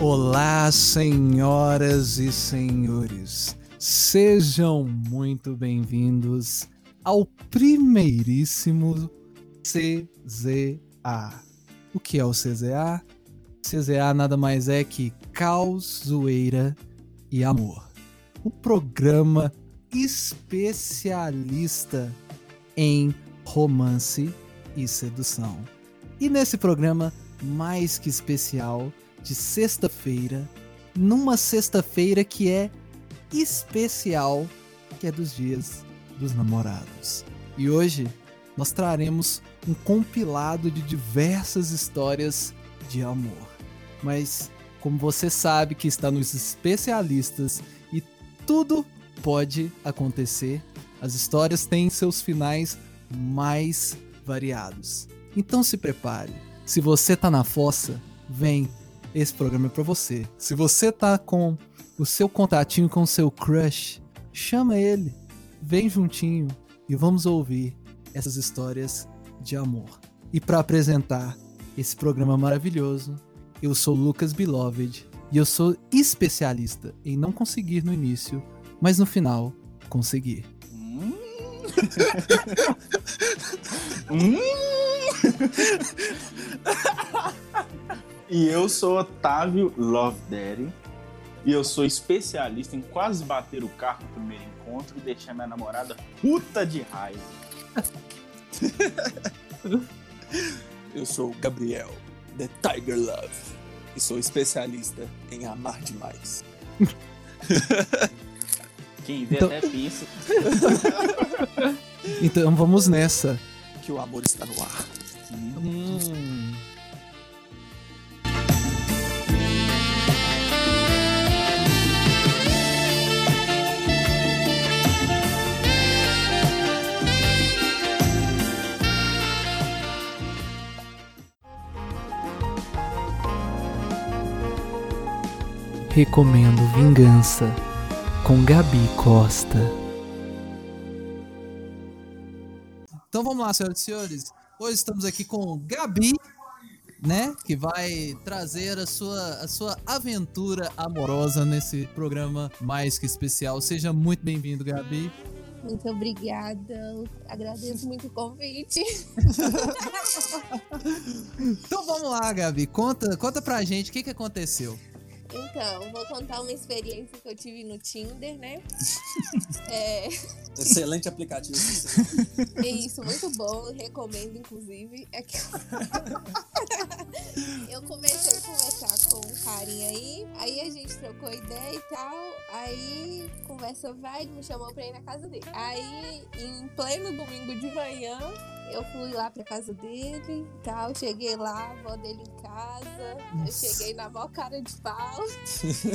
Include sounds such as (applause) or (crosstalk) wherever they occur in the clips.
Olá, senhoras e senhores. Sejam muito bem-vindos ao primeiríssimo CZA. O que é o CZA? CZA nada mais é que Caos, Zoeira e Amor. O programa especialista em romance e sedução. E nesse programa mais que especial de sexta-feira, numa sexta-feira que é especial, que é dos dias dos namorados. E hoje nós traremos um compilado de diversas histórias de amor. Mas como você sabe que está nos especialistas e tudo pode acontecer, as histórias têm seus finais mais variados. Então se prepare. Se você tá na fossa, vem. Esse programa é para você. Se você tá com o seu contatinho com o seu crush, chama ele. Vem juntinho e vamos ouvir essas histórias de amor. E para apresentar esse programa maravilhoso, eu sou Lucas Beloved e eu sou especialista em não conseguir no início, mas no final conseguir. E eu sou Otávio Love Daddy. E eu sou especialista em quase bater o carro no primeiro encontro e deixar minha namorada puta de raiva. Eu sou o Gabriel, The Tiger Love, e sou especialista em amar demais. Quem vê Então- até pensa. Então vamos nessa. Que o amor está no ar. Recomendo Vingança com Gabi Costa. Então vamos lá, senhoras e senhores. Hoje estamos aqui com Gabi, né? Que vai trazer a sua, a sua aventura amorosa nesse programa mais que especial. Seja muito bem-vindo, Gabi. Muito obrigada. Eu Agradeço muito o convite. Então vamos lá, Gabi. Conta, conta pra gente o que, que aconteceu. Então, vou contar uma experiência que eu tive no Tinder, né? É, (laughs) Excelente aplicativo. é isso, muito bom. Recomendo, inclusive. É que- (laughs) eu comecei a conversar com um carinha aí. Aí a gente trocou ideia e tal. Aí, conversa vai, ele me chamou pra ir na casa dele. Aí, em pleno domingo de manhã, eu fui lá pra casa dele e tal. Cheguei lá, a avó dele em casa. Eu Nossa. cheguei na maior cara de pau. Porque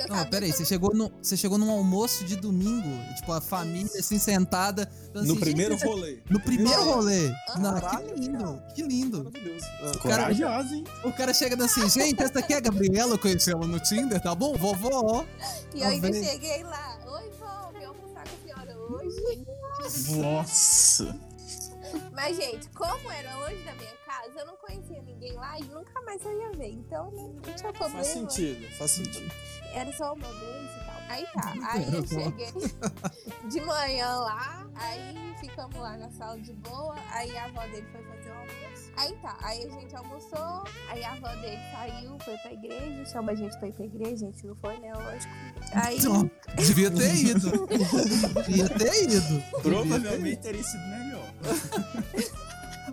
eu Não, sabia peraí, que eu você chegou, no, você chegou num almoço de domingo, tipo, a família assim sentada. falando No assim, primeiro "Gente, rolê. No primeiro Não. rolê. Ah, Não, caralho, que lindo, que lindo. Maravilhoso. Cara- Corajosa, hein? O cara chega assim, gente, essa aqui é a Gabriela, eu conheci ela no Tinder, tá bom? Vovó. E eu ainda Talvez. cheguei lá. Oi, vó, vim almoçar com a senhora hoje. Nossa. Mas, gente, como era longe da minha casa, eu não conhecia ninguém lá e nunca mais eu ia ver. Então, né, não tinha problema. Faz sentido, faz sentido. Era só uma vez e tal. Aí tá, aí eu cheguei de manhã lá, aí ficamos lá na sala de boa, aí a avó dele foi fazer o almoço. Aí tá, aí a gente almoçou, aí a avó dele saiu, foi pra igreja, chama a gente pra ir pra igreja, a gente não foi, né, lógico. Aí... Então, devia (laughs) ter ido. devia ter ido. Provavelmente teria sido melhor.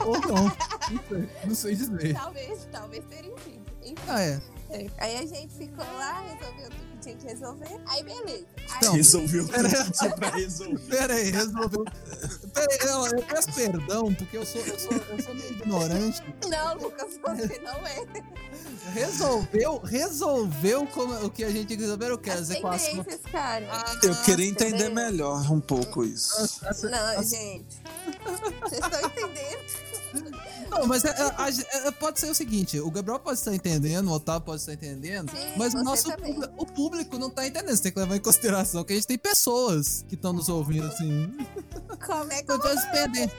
Ou não. Não sei, não sei dizer. Talvez, talvez teria sido. Enfim. Ah, é. Aí a gente ficou lá, resolveu tudo que tinha que resolver. Aí beleza. Aí, Então, Resolveu Pera, tudo pra resolver. pera aí, resolveu. Pera aí, não, eu peço perdão, porque eu sou, eu sou, eu sou meio ignorante. Não, Lucas, você não é. Resolveu, resolveu como, o que a gente resolveu, eu quero As dizer com as mãos. tendências, cara. Eu queria entender entendeu? melhor um pouco isso. não, gente. Vocês estão entendendo? Não, mas é- é- é- pode ser o seguinte: o Gabriel pode estar entendendo, o Otávio pode estar entendendo, Sim, mas o você nosso também. público, o público não tá entendendo. Você tem que levar em consideração que a gente tem pessoas que estão nos ouvindo assim. Como é que eu Eu vou tô se perder.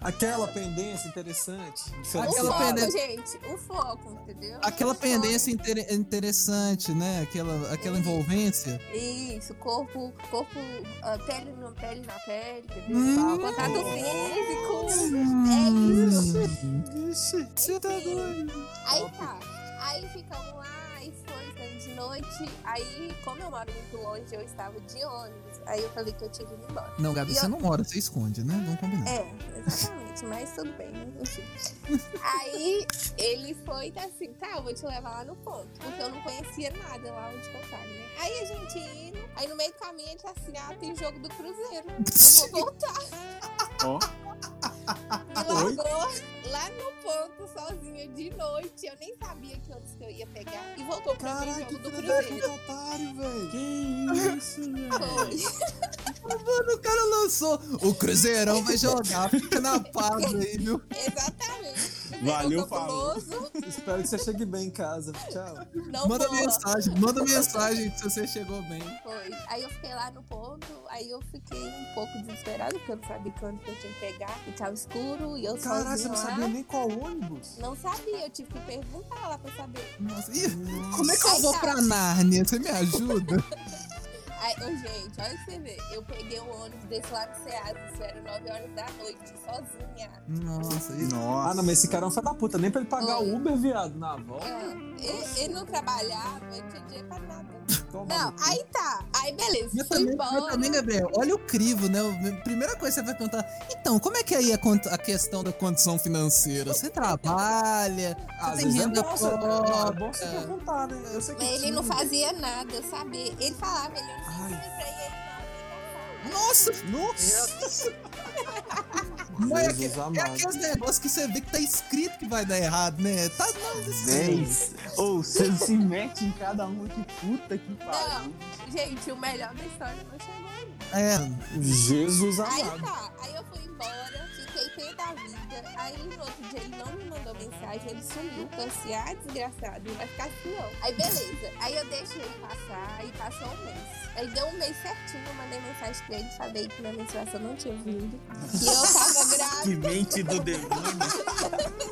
Aquela pendência interessante. O Aquela foco, pende- gente. O foco, entendeu? Aquela O foco. pendência inter- interessante, né? Aquela, aquela envolvência. Isso, corpo, corpo, ah, pele na pele na pele, entendeu? Hum. Tal, Contato físico. É isso. Ixi, Você tá Enfim. doido? Aí tá. Aí ficamos lá, e foi, saindo de noite. Aí, como eu moro muito longe, eu estava de ônibus. Aí eu falei que eu tinha ido embora. Não, Gabi, E você eu- não mora, você esconde, né? Vamos combinar. É, exatamente, mas tudo bem, né? enfim. Aí ele foi e tá assim, tá, eu vou te levar lá no ponto, porque eu não conhecia nada lá onde que eu tava, né? Aí a gente indo, aí no meio do caminho ele tá assim, ah, tem jogo do Cruzeiro, eu (laughs) vou voltar. Ó. Me largou lá no ponto sozinha de noite, eu nem sabia que ônibus que eu ia pegar, e voltou pra mim o Caraca, que jogo do filho da Cruzeiro. puta otário, velho. Que isso, velho. Foi. Mano, o cara lançou. O Cruzeirão vai jogar. Fica na paz aí, viu? Exatamente. Valeu, Eu tô falou. famoso, Espero que você chegue bem em casa. Tchau. Não manda boa. mensagem, manda mensagem se você chegou bem. Foi. Aí eu fiquei lá no ponto, aí eu fiquei um pouco desesperada, porque eu não sabia que ônibus que eu tinha que pegar, e tava escuro, e eu assim, né? Caraca, você sozinha não lá. sabia nem qual ônibus? Não sabia, eu tive que perguntar lá pra saber. Nossa, ih, como é que eu Aí vou tá. pra Nárnia? Você me ajuda? Aí, ô, gente, olha pra você ver. Eu peguei o ônibus desse lá no Ceasa, isso era 9 horas da noite, sozinha. Nossa, e- Nossa. Ah, não, mas esse cara é um filho da puta. Nem pra ele pagar Oi. É. o Uber, viado, na volta. Eu- e- Ele não trabalhava, não tinha dinheiro pra nada. Toma Não, no cu. aí tá. Aí beleza, Mas fui também, mas embora. também, Gabriel, olha o crivo, né? A Primeira coisa que você vai perguntar, então, como é que é aí a, con- a questão da condição financeira? Você trabalha, Às você tem vezes é renda bom, você- é bom você própria. perguntar, né? Eu sei que Mas ele não tinha. fazia nada, eu sabia. Ele falava, ele não Ai. sabia pra ele, não. Nossa, Nossa! mas é, Jesus aque- é amado. aqueles negócios que você vê que tá escrito que vai dar errado, né? Tá não, isso- Dez. Ou você se mete em cada uma que puta que pariu. Gente, o melhor da história não chegou ainda. É, Jesus Aí amado. tá, aí eu fui embora, fiquei pé da vida. Aí no outro dia ele não me mandou mensagem, ele sumiu. Falei assim, ah, desgraçado, não vai ficar assim não. Aí beleza, aí eu deixei ele passar, aí passou um mês. Aí deu um mês certinho, eu mandei mensagem pra ele, falei que minha menstruação não tinha vindo, que eu tava grávida. Que mente do demônio.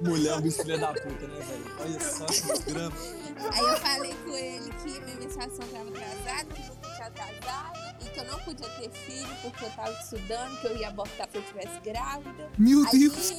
Mulher bicho filha da puta, né, velho? Olha só que grama. Aí eu falei com ele que minha menstruação tava atrasada, que eu tinha atrasado, e que eu não podia ter filho porque eu tava estudando, que eu ia abortar se eu tivesse grávida. meu Aí Deus.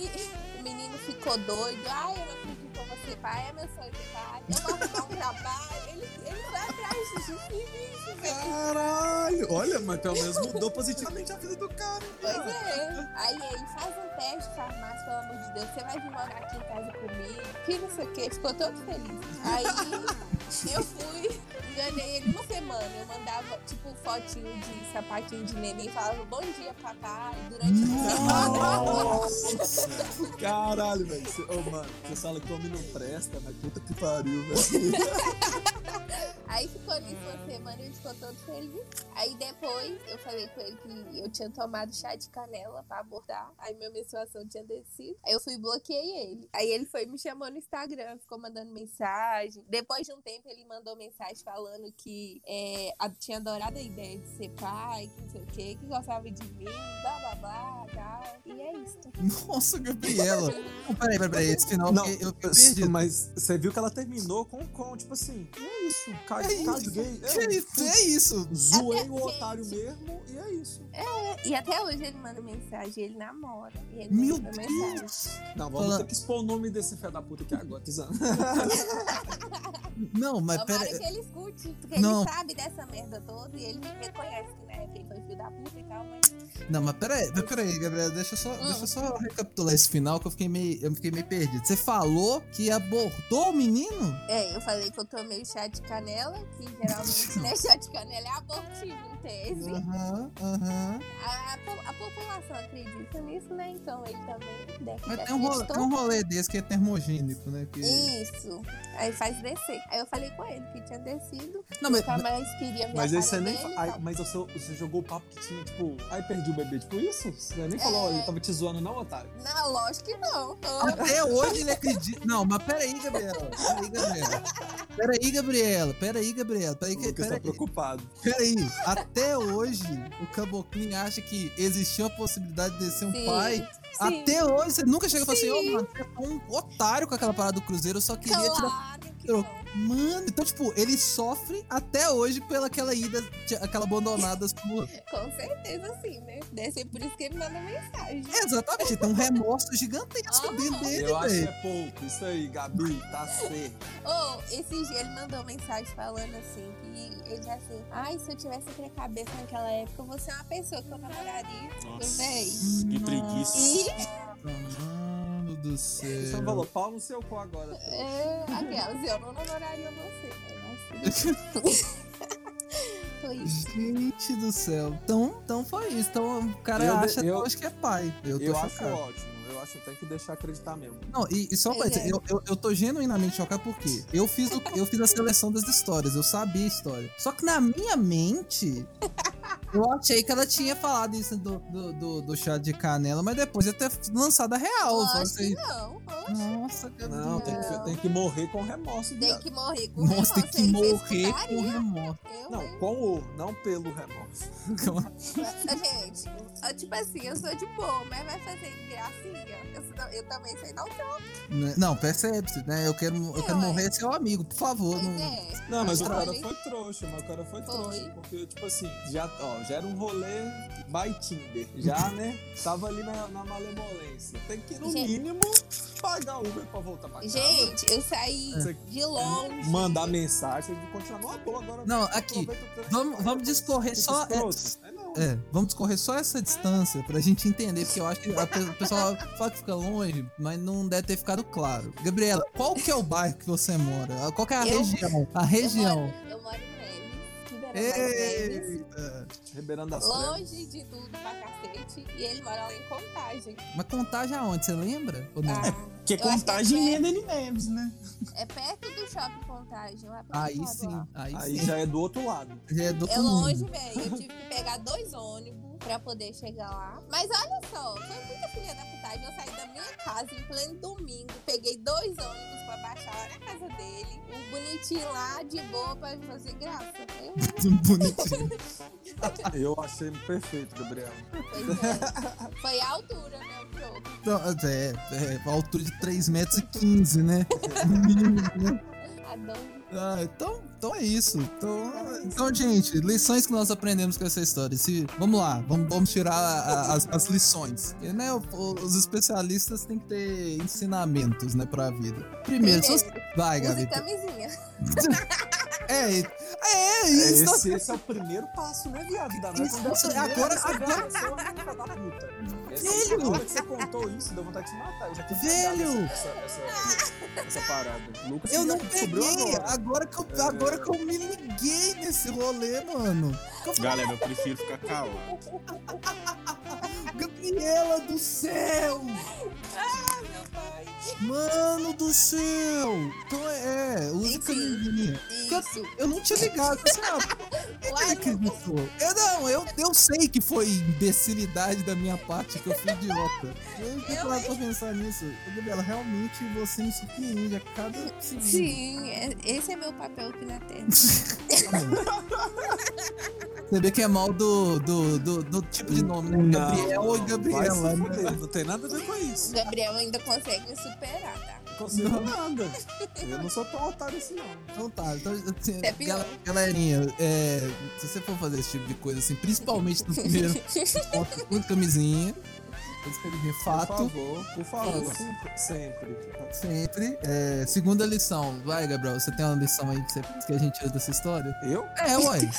o menino ficou doido. Ai, eu não acredito que eu vou ser pai, é meu sonho de pai. Eu vou arrumar um trabalho. Ele, ele foi atrás de mim, isso, velho. Caralho! Olha, mas pelo menos mudou positivamente a vida do cara. né, hein, Pois cara? é. Aí ele faz um teste de farmácia, pelo amor de Deus, você vai vir morar aqui em casa comigo, que não sei o que, ficou todo feliz. Aí eu fui, enganei ele uma semana. Eu mandava, tipo, fotinho de sapatinho de neném e falava bom dia, papai, durante uma semana. Nossa! Caralho, velho. Cê- Ô, mano, você fala que homem não presta, mas puta que pariu, (laughs) velho. Aí ficou nisso uma semana, ele ficou todo feliz. Aí depois eu falei com ele que eu tinha tomado chá de canela pra abordar. Aí minha menstruação tinha descido. Aí eu fui e bloqueei ele. Aí ele foi e me chamou no Instagram, ficou mandando mensagem. Depois de um tempo ele mandou mensagem falando que é, a- tinha adorado a ideia de ser pai, que não sei o quê, que gostava de mim, blá blá blá, tal. E é isso. Nossa, Gabriela. Não, peraí, peraí, peraí, esse final Não, eu, eu perdi. Mas você viu que ela terminou com com, tipo assim, e é isso, ca- É isso. caguei. Que isso, é isso. Zoei o Gente. otário mesmo e é isso. E até hoje ele manda mensagem, ele namora. E ele É Meu manda Deus. Não, vamos Fala- ter que expor o nome desse filho da puta aqui agora, (laughs) Tizana. Não, mas Tomara peraí. que ele escute, porque Não. ele sabe dessa merda toda e ele me reconhece que, né, que ele foi filho da puta e tal, mas... Não, mas peraí, mas peraí, Gabriel, deixa eu só, Hum. deixa eu só recapitular esse final que eu fiquei meio, eu fiquei meio perdido. Você falou que abordou o menino? É, eu falei que eu tomei chá de canela, que geralmente, né, chá de canela é abortivo, em tese. Aham, aham. A, a po- a população acredita nisso, né, então ele também deve Mas ter tem um, rolê, acreditou. tem um rolê desse que é termogênico, né? que- Isso, aí faz descer. Aí eu falei com ele que tinha descido, Não, mas, é nunca mais queria ver Mas a aí tá. você cara nem. dele, fa- ai, tal. mas você, você jogou o papo que tinha, tipo, aí perdi o bebê, tipo, isso? Você nem falou, É. olha, eu tava te zoando, não, otário. Não, lógico que não. até hoje ele acredita. Não, mas peraí, Gabriela. Peraí, Gabriela. Peraí, Gabriela. Peraí, Gabriela. Peraí, O que- Lucas tá peraí, preocupado. peraí. A- Até hoje, o Caboclinho acha que existia a possibilidade de ser um Sim, pai. sim. Até hoje, você nunca chega e fala assim, ô, Sim. mano, você foi um otário com aquela parada do Cruzeiro, eu só queria tirar. Claro que não. Mano, então, tipo, ele sofre até hoje pela aquela ida, de- aquela abandonada sua. Com certeza sim, né? Deve ser por isso que ele manda mensagem. Exatamente, tem um remorso gigantesco Aham. dentro dele, Eu acho que velho. é pouco. Isso aí, Gabi, tá certo. Ou, esse dia ele mandou mensagem falando assim, que ele já assim, ai, se eu tivesse aquela cabeça naquela época, você é uma pessoa que eu namoraria. Nossa, que preguiça. E é um Mano do Você céu. falou pau no seu cu agora. é, aquelas, eu não namoraria você. né? Assim, (laughs) foi isso. Gente do céu. Então, então foi isso. Então o cara Eu de- acha até eu- hoje que é pai. Eu, tô Eu acho chocado. ótimo. Eu acho até que deixar acreditar mesmo. Não, e, e só uma coisa, É. eu, eu, eu tô genuinamente chocado porque eu fiz, o- eu fiz a seleção das histórias, eu sabia a história. Só que na minha mente, eu achei que ela tinha falado isso do, do, do, do chá de canela, mas depois ia ter lançado a real. Eu falei Oxe, assim, não, oxe. Nossa, Gabi. Não, tem que, tem que morrer com remorso, Tem viado. que morrer com Nossa, tem remorso, que morrer ele fez putaria. com remorso. Eu, Não, hein? com o, não pelo remorso. Ah, Gente, ah, tipo assim, eu sou de boa, mas vai fazer gracinha. Eu, sou- eu também sei dar um troco, Né? Não, percebe-se, né? Eu quero, eu É, quero ué. morrer seu amigo, por favor. Não... é. né? Não, mas o Trouxa. cara foi trouxa, mas o cara foi Foi. trouxa. Porque, tipo assim, já, ó, já era um rolê by Tinder. Já, né? Tava ali na, na malemolência. Tem que, no Gente. mínimo, pagar Uber pra voltar pra casa. Gente, eu saí Você de longe. É. mandar mensagem, tem que continuar numa boa agora. Não, aqui, aproveita o trem, Vamos, vai, vamos discorrer esses só. é, trouxas. É, não. É, vamos discorrer só essa distância pra gente entender, porque eu acho que a pe- o pessoal fala que fica longe, mas não deve ter ficado claro. Gabriela, qual que é o bairro que você mora? Qual que é a Eu- região? A região. Eu moro, eu moro em Neves, Ribeirão das Neves. Eita. Rebeirando as trevas. Longe de tudo pra cacete. E ele mora lá em Contagem. tá? Mas contagem aonde? Você lembra? Ou não? Ah, Porque Eu acho que contagem é- emenda ele neves, né? é perto do shopping Contagem. Lá pra Aí Chicago, sim, lá. aí, Aí sim. já é do outro lado. Já é do Ah, tá É outro mundo. longe, velho. Eu tive que pegar dois ônibus pra poder chegar lá. Mas olha só, foi muita filha da putagem. Eu saí da minha casa em pleno domingo, peguei dois ônibus pra baixar lá na casa dele. O bonitinho lá, de boa, pra fazer graça. né? Eu, (laughs) Bonitinho. Eu achei perfeito, Gabriel. pois é. (laughs) Foi a altura, né, o troco. Então, é, é, a altura de 3 metros e 15, né? No mínimo, né? Adão. Ah, então, então é isso. Então, então, gente, lições que nós aprendemos com essa história. Se, vamos lá, vamos, vamos tirar a- a- as, as lições. Porque, né, o- os especialistas têm que ter ensinamentos, né, pra vida. Primeiro, se você... vai, Use Gabi. camisinha. É, é, é isso. nós- Esse, esse é o primeiro passo, né, viado? Ainda mais quando é o Isso, primeiro, agora- você já nasceu, filha da puta. Essa- Velho! Na hora que você contou isso, deu vontade de te matar. Eu já tinha Velho! pegado Essa, essa, essa, essa parada. O Lucas Eu não já descobriu peguei. agora. Agora que, eu, É. agora que eu me liguei nesse rolê, mano. Que eu falei, Galera, eu prefiro ficar calado. Gabriela do céu! Meu pai. Mano do céu! Então é, use Enfim. camisinha. Isso. Eu não tinha ligado, assim, ah, por que que ele Uai, acreditou? Eu não, eu, eu sei que foi imbecilidade da minha parte, que eu fui idiota. Eu fico Eu, lá pra pensar nisso. Ô, Gabriela, realmente você me surpreende a cada segundo. (laughs) Sim, é- esse é meu papel aqui na Terra. Você vê que é mal do, do, do, do tipo de nome, né? Gabriel ou Gabriela, vai se né? fuder, Não tem nada a ver com isso. O Gabriel ainda consegue me superar, tá? Não consigo Não. nada. Eu não sou tão otário assim, não. Então tá, então, assim, É pior. gal- galerinha, é, se você for fazer esse tipo de coisa, assim, principalmente no (laughs) primeiro, bota muito camisinha, use camisinha, Por fato, favor, por favor. Isso. Sempre. sempre. Sempre. É, segunda lição. Vai, Gabriel, você tem uma lição aí que, você- que a gente usa dessa história? Eu? É, uai. (laughs)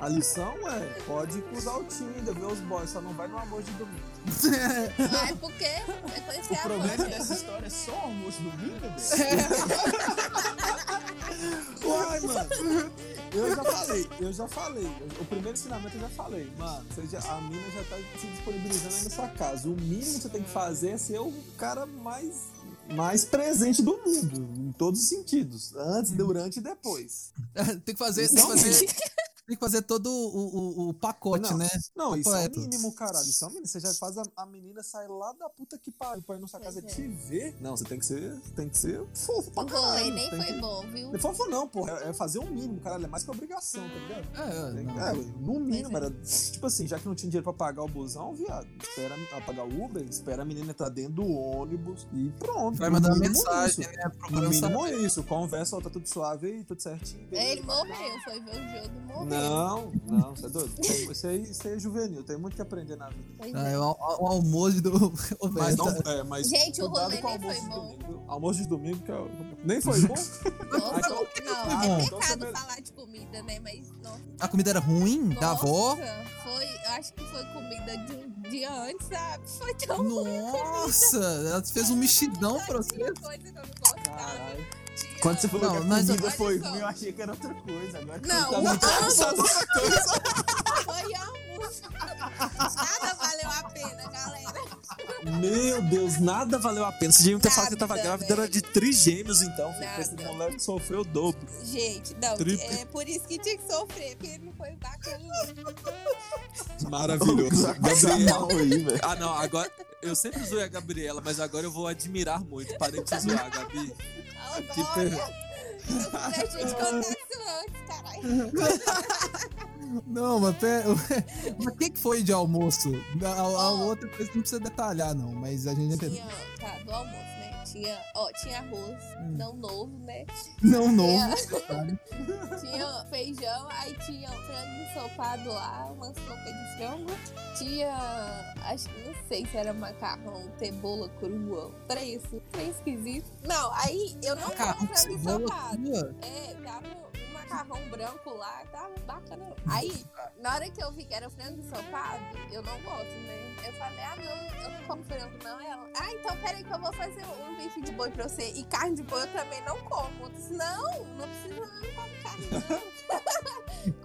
A lição é, pode usar o Tinder, ver os boys, só não vai no amor de domingo. Mas por quê? É conhecer O a problema mãe. dessa história é só o almoço do domingo, velho. Uai, mano. Uhum. Eu já falei, eu já falei. O primeiro ensinamento eu já falei. Mano, você já- a mina já tá se disponibilizando aí na sua casa. O mínimo que você tem que fazer é ser o cara mais, mais presente do mundo, em todos os sentidos. Antes, durante e depois. (laughs) tem que fazer, tem que Não. fazer, Tem que fazer todo o, o, o pacote, não, né? Não, isso é o Completo. mínimo, caralho. Isso é o mínimo. Você já faz a, a menina sair lá da puta que pariu pra ir na sua Pois casa é. te ver. Não, você tem que ser, tem que ser fofo O pra rolê caralho. nem tem foi que... bom, viu? Não é fofo não, pô. É, é fazer o mínimo, caralho. É mais que obrigação, tá ligado? É, é, Tem- não. É, ué, no mínimo é. era. Tipo assim, já que não tinha dinheiro pra pagar o busão, viado, espera a- pagar o Uber, espera a menina entrar dentro do ônibus e pronto. Vai No mandar uma mínimo mensagem, isso. né? No Procurando saber. mínimo é isso. Conversa, ó, tá tudo suave aí, tudo certinho. beleza. É, Ele morreu, foi ver o jogo e morreu. Não, não, você é doido. Tem- Isso aí, isso aí é juvenil, tem muito que aprender na vida. Pois Ah, é. é o, o- o almoço do. (laughs) Ô, Mas velho, não, tá- é, mas Gente, o cuidado rolê com o nem foi almoço de bom. domingo. Almoço de domingo que é o- nem foi (laughs) bom? Nossa, Então, não, tá bom. é Então você pecado mere- falar de comida, né? Mas nossa, a comida era ruim, da avó. nossa, Foi, eu acho que foi comida de um dia antes, sabe? Foi assim, tão Nossa, ela fez um mexidão pra você. Tinha coisa que eu não gostava. Caralho. tinha- Quando você falou Não, que a mas- comida olha foi só. ruim, eu achei que era outra coisa. Agora que Não, você tá o me almoço outra coisa. foi almoço. Nada valeu a pena, galera. Meu Deus, nada valeu a pena. Você devia ter falado que eu tava Nada, grávida, era velho. de trigêmeos, então. filho. Nada. Esse moleque sofreu o dobro. Gente, não, Triplo. é por isso que tinha que sofrer, porque não foi bacana. Maravilhoso. Tá Gabriel. mal aí, velho. Ah, não, agora. Eu sempre zoei a Gabriela, mas agora eu vou admirar muito. Parei de te zoar, Gabi. Agora, Que per- a gente contar isso antes, caralho. Não, mas pera. (laughs) Mas o que, que foi de almoço? A, a- a outra coisa não precisa detalhar, não, mas a gente já entendeu. Tinha, tá, do almoço, né? Tinha, ó, tinha arroz, Hum. não novo, né? Não novo. Tinha, tinha feijão, aí tinha um frango ensopado lá, uma sopa de frango. Tinha, acho que não sei se era macarrão, cebola, crua, três, assim, três esquisito. Não, aí eu não Carro como com frango cebola ensopado. crua. É, tava um macarrão branco lá, tava bacana. Aí, na hora que eu vi que era frango ensopado, eu não gosto, né? Eu falei, ah, não, eu não como frango, não. Ela, ah, então peraí que eu vou fazer um bife de boi pra você. E carne de boi eu também não como. Eu disse, não, não precisa, não, não como carne, não.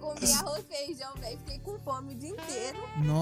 (laughs) Comi arroz, feijão, velho, fiquei com fome o dia inteiro.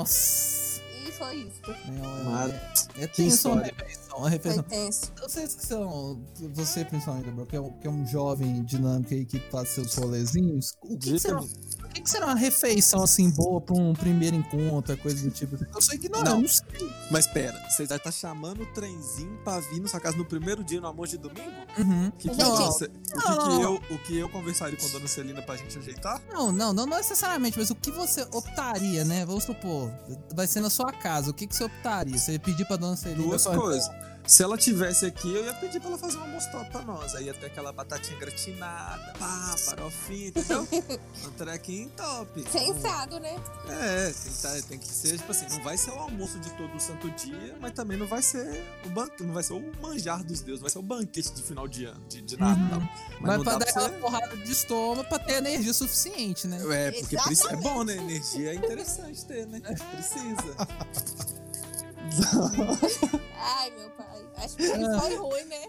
Nossa. E foi isso. Não, Mara- é, é que tenso uma história. refeição. Uma refeição. Foi tenso. Vocês que são, você principalmente, Gabriel, que é um, que é um jovem dinâmico aí que faz seus rolezinhos, o que, que será, o que que será uma refeição assim boa pra um primeiro encontro, coisa do tipo? Eu sou ignorante. Não. Não. sei. Mas pera, você já tá chamando o trenzinho pra vir na sua casa no primeiro dia, no amor de domingo? Uhum. Que que Não, você- o que, não. que eu, o que eu conversaria com a dona Celina pra gente ajeitar? Não, não, não necessariamente, mas o que você optaria, né? Vamos supor, vai ser na sua casa, o que, que você optaria? Você ia pedir pra dona Celina. Duas só- coisas. Se ela tivesse aqui, eu ia pedir pra ela fazer um almoço top pra nós. Aí ia ter aquela batatinha gratinada, pá, farofinha, (laughs) entendeu? um trequinho top. Então, Sensado, né? É, tem que, tá- tem que ser, tipo assim, não vai ser o almoço de todo o santo dia, mas também não vai ser o banque, não vai ser o manjar dos deuses, vai ser o banquete de final de ano, de, de Natal. Uhum. Mas é não pra dá dar pra aquela porrada de estômago pra ter energia suficiente, né? você- É, porque Exatamente. precisa, é bom, né? Energia é interessante ter, né? Precisa. Ai, meu pai. Acho que foi ruim, né?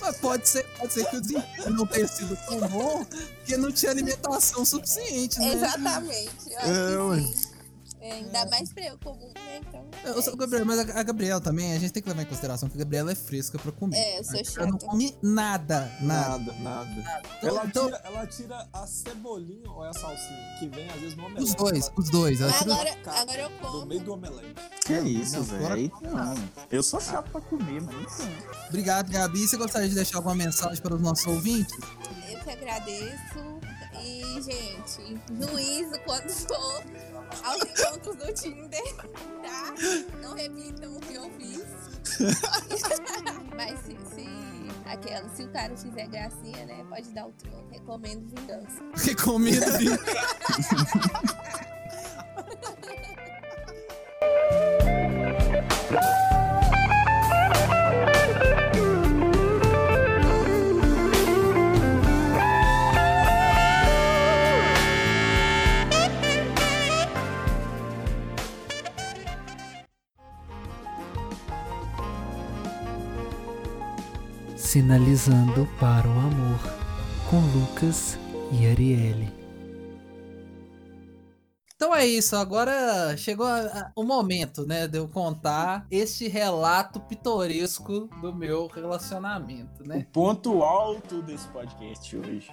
Mas pode ser, pode ser que o desempenho não tenha sido tão bom, porque não tinha alimentação suficiente, né? Exatamente. Eu É, acho que sim. É, ainda mais pra eu como, né? Então. Eu sou o Gabriel, mas a a Gabriela também, a gente tem que levar em consideração que a Gabriela é fresca pra comer. É, eu sou A Gabriela chata. não come nada, nada. Nada, nada. Então- Ela então, tira, ela tira a cebolinha ou é a salsinha, que vem às vezes no omelete. os dois, ela- os dois. Ela tira- Agora, Cara, agora eu No como. meio do omelete. Que isso, Não, velho. agora- Aí É, não. Eu sou chato pra comer, mas isso é. Obrigado, Gabi. Você gostaria de deixar alguma mensagem para os nossos ouvintes? Eu que agradeço. E, gente, juízo quando for aos encontros do Tinder, tá? Não repitam o que eu (laughs) fiz. Mas se, se, aquela, se o cara fizer gracinha, né? Pode dar o trono. Recomendo vingança. Recomendo. Sinalizando para o Amor, com Lucas e Arielle. Então é isso. Agora chegou a- a- o momento, né, de eu contar este relato pitoresco do meu relacionamento, O né? ponto alto desse podcast hoje.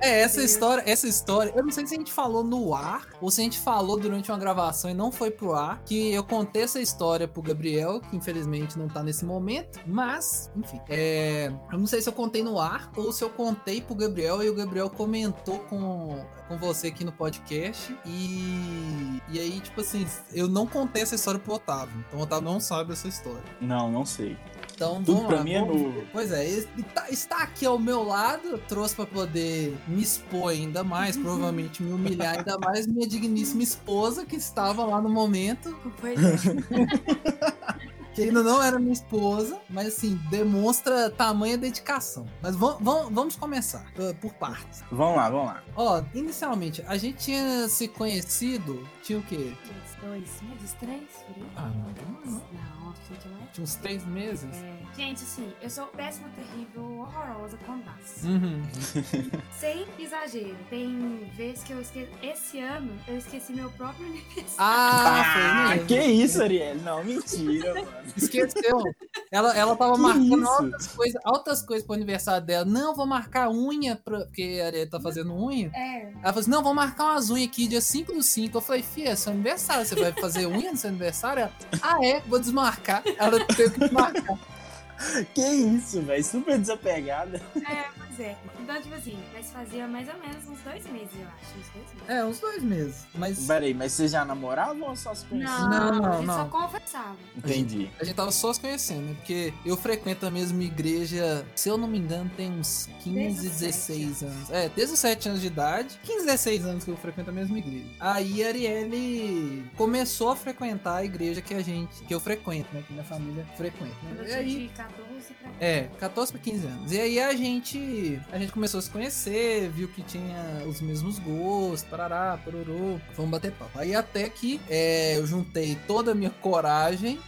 É, essa história, essa história, eu não sei se a gente falou no ar ou se a gente falou durante uma gravação e não foi pro ar, que eu contei essa história pro Gabriel, que infelizmente não tá nesse momento, mas, enfim, é, eu não sei se eu contei no ar ou se eu contei pro Gabriel e o Gabriel comentou com, com você aqui no podcast e, e aí, tipo assim, eu não contei essa história pro Otávio, então o Otávio não sabe essa história. Não, não sei. Então, Tudo vamos pra lá, mim é vamos- novo. Pois é, ele tá- está aqui ao meu lado, eu trouxe pra poder me expor ainda mais, provavelmente me humilhar ainda mais, minha digníssima esposa, que estava lá no momento, Pois é. que ainda não era minha esposa, mas assim, demonstra tamanha dedicação. Mas vam- vam- vamos começar, eh, por partes. Vamos lá, vamos lá. Ó, inicialmente, a gente tinha se conhecido, tinha o quê? Uns dois meses, três? por aí? Ah, não. é Não, acho que muito mais. Tinha uns três meses. Uhum. É, gente, assim, eu sou péssima, terrível, horrorosa com dados. Uhum. Sem exagero. Tem vezes que eu esqueci. Esse ano eu esqueci meu próprio (laughs) aniversário. Ah, foi mesmo. que isso, Ariel? Não, mentira, mano. Esqueceu. Ela, ela tava Que marcando isso? altas coisas, altas coisas pro aniversário dela. Não, vou marcar unha, pra... porque a Ariel tá fazendo unha. É, Ela falou assim: não, vou marcar umas unhas aqui, dia 5 do 5. Eu falei, Fia, é seu aniversário, você vai fazer unha no seu aniversário? Ela, ah, é, vou desmarcar. Ela teve que desmarcar. Que isso, velho? Super desapegada. pois é. Então, tipo assim, mas fazia mais ou menos uns dois meses, eu acho. Uns dois meses. É, uns dois meses. Mas Peraí, mas vocês já namoravam ou só se conheciam? Não, não, eu não. só conversava. Entendi. a gente tava só se conhecendo, né? Porque eu frequento a mesma igreja, se eu não me engano, tem uns 15, 16 anos. É, desde os 7 anos de idade. 15, 16 anos que eu frequento a mesma igreja. Aí a Arielle começou a frequentar a igreja que a gente, que eu frequento, né? Que minha família frequenta. Quando Né? E eu aí, tinha de 14 pra é, 14 pra 15 anos. E aí a gente, a gente começou a se conhecer, viu que tinha os mesmos gostos, parará, pororô, vamos bater papo. Aí até que é, eu juntei toda a minha (laughs) coragem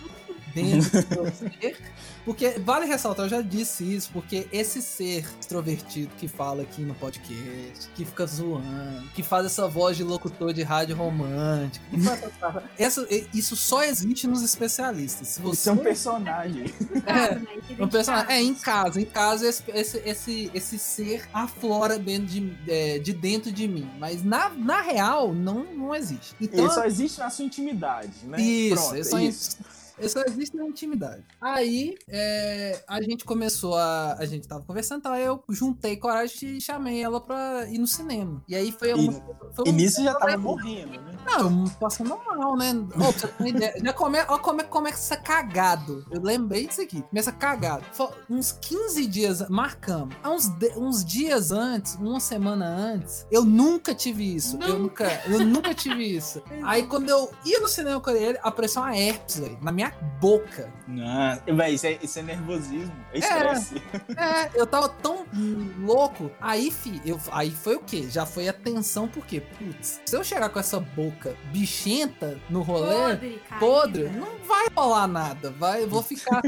dentro do meu ser. Porque, vale ressaltar, eu já disse isso, porque esse ser extrovertido que fala aqui no podcast, que fica zoando, que faz essa voz de locutor de rádio romântica, que faz essa- (laughs) essa- isso só existe nos especialistas. Se Você você é um personagem. casa, né? Identificado. um personagem- é, em casa. Em casa, esse, esse, esse, esse ser aflora dentro de, é, de dentro de mim. Mas na, na real, não, não existe. Então, Ele só existe na sua intimidade, né? isso, Pronto, ele só, isso. ele só existe na intimidade. Aí, é, a gente começou a... A gente tava conversando, tá? eu juntei coragem e chamei ela pra ir no cinema. E aí foi... Uma, foi E um- nisso já tava morrendo, né? não, passando normal, né? Ô, pra você ter uma ideia, já come, ó, como é que começa cagado. Eu lembrei disso aqui. Começa cagado. Fo- uns 15 dias, marcamos. Há uns, de- uns dias antes, uma semana antes, eu nunca tive isso. Eu nunca, eu nunca tive (laughs) isso. Aí quando eu ia no cinema com ele, apareceu uma herpes, velho, na minha boca. Não, velho, isso, é, isso é nervosismo, é estresse. É, eu tava tão hum, louco. Aí, fi, eu, aí foi o quê? Já foi a tensão, porque, putz, se eu chegar com essa boca bichenta no rolê. Podre, cara. podre, não vai rolar nada. Vai, eu vou ficar.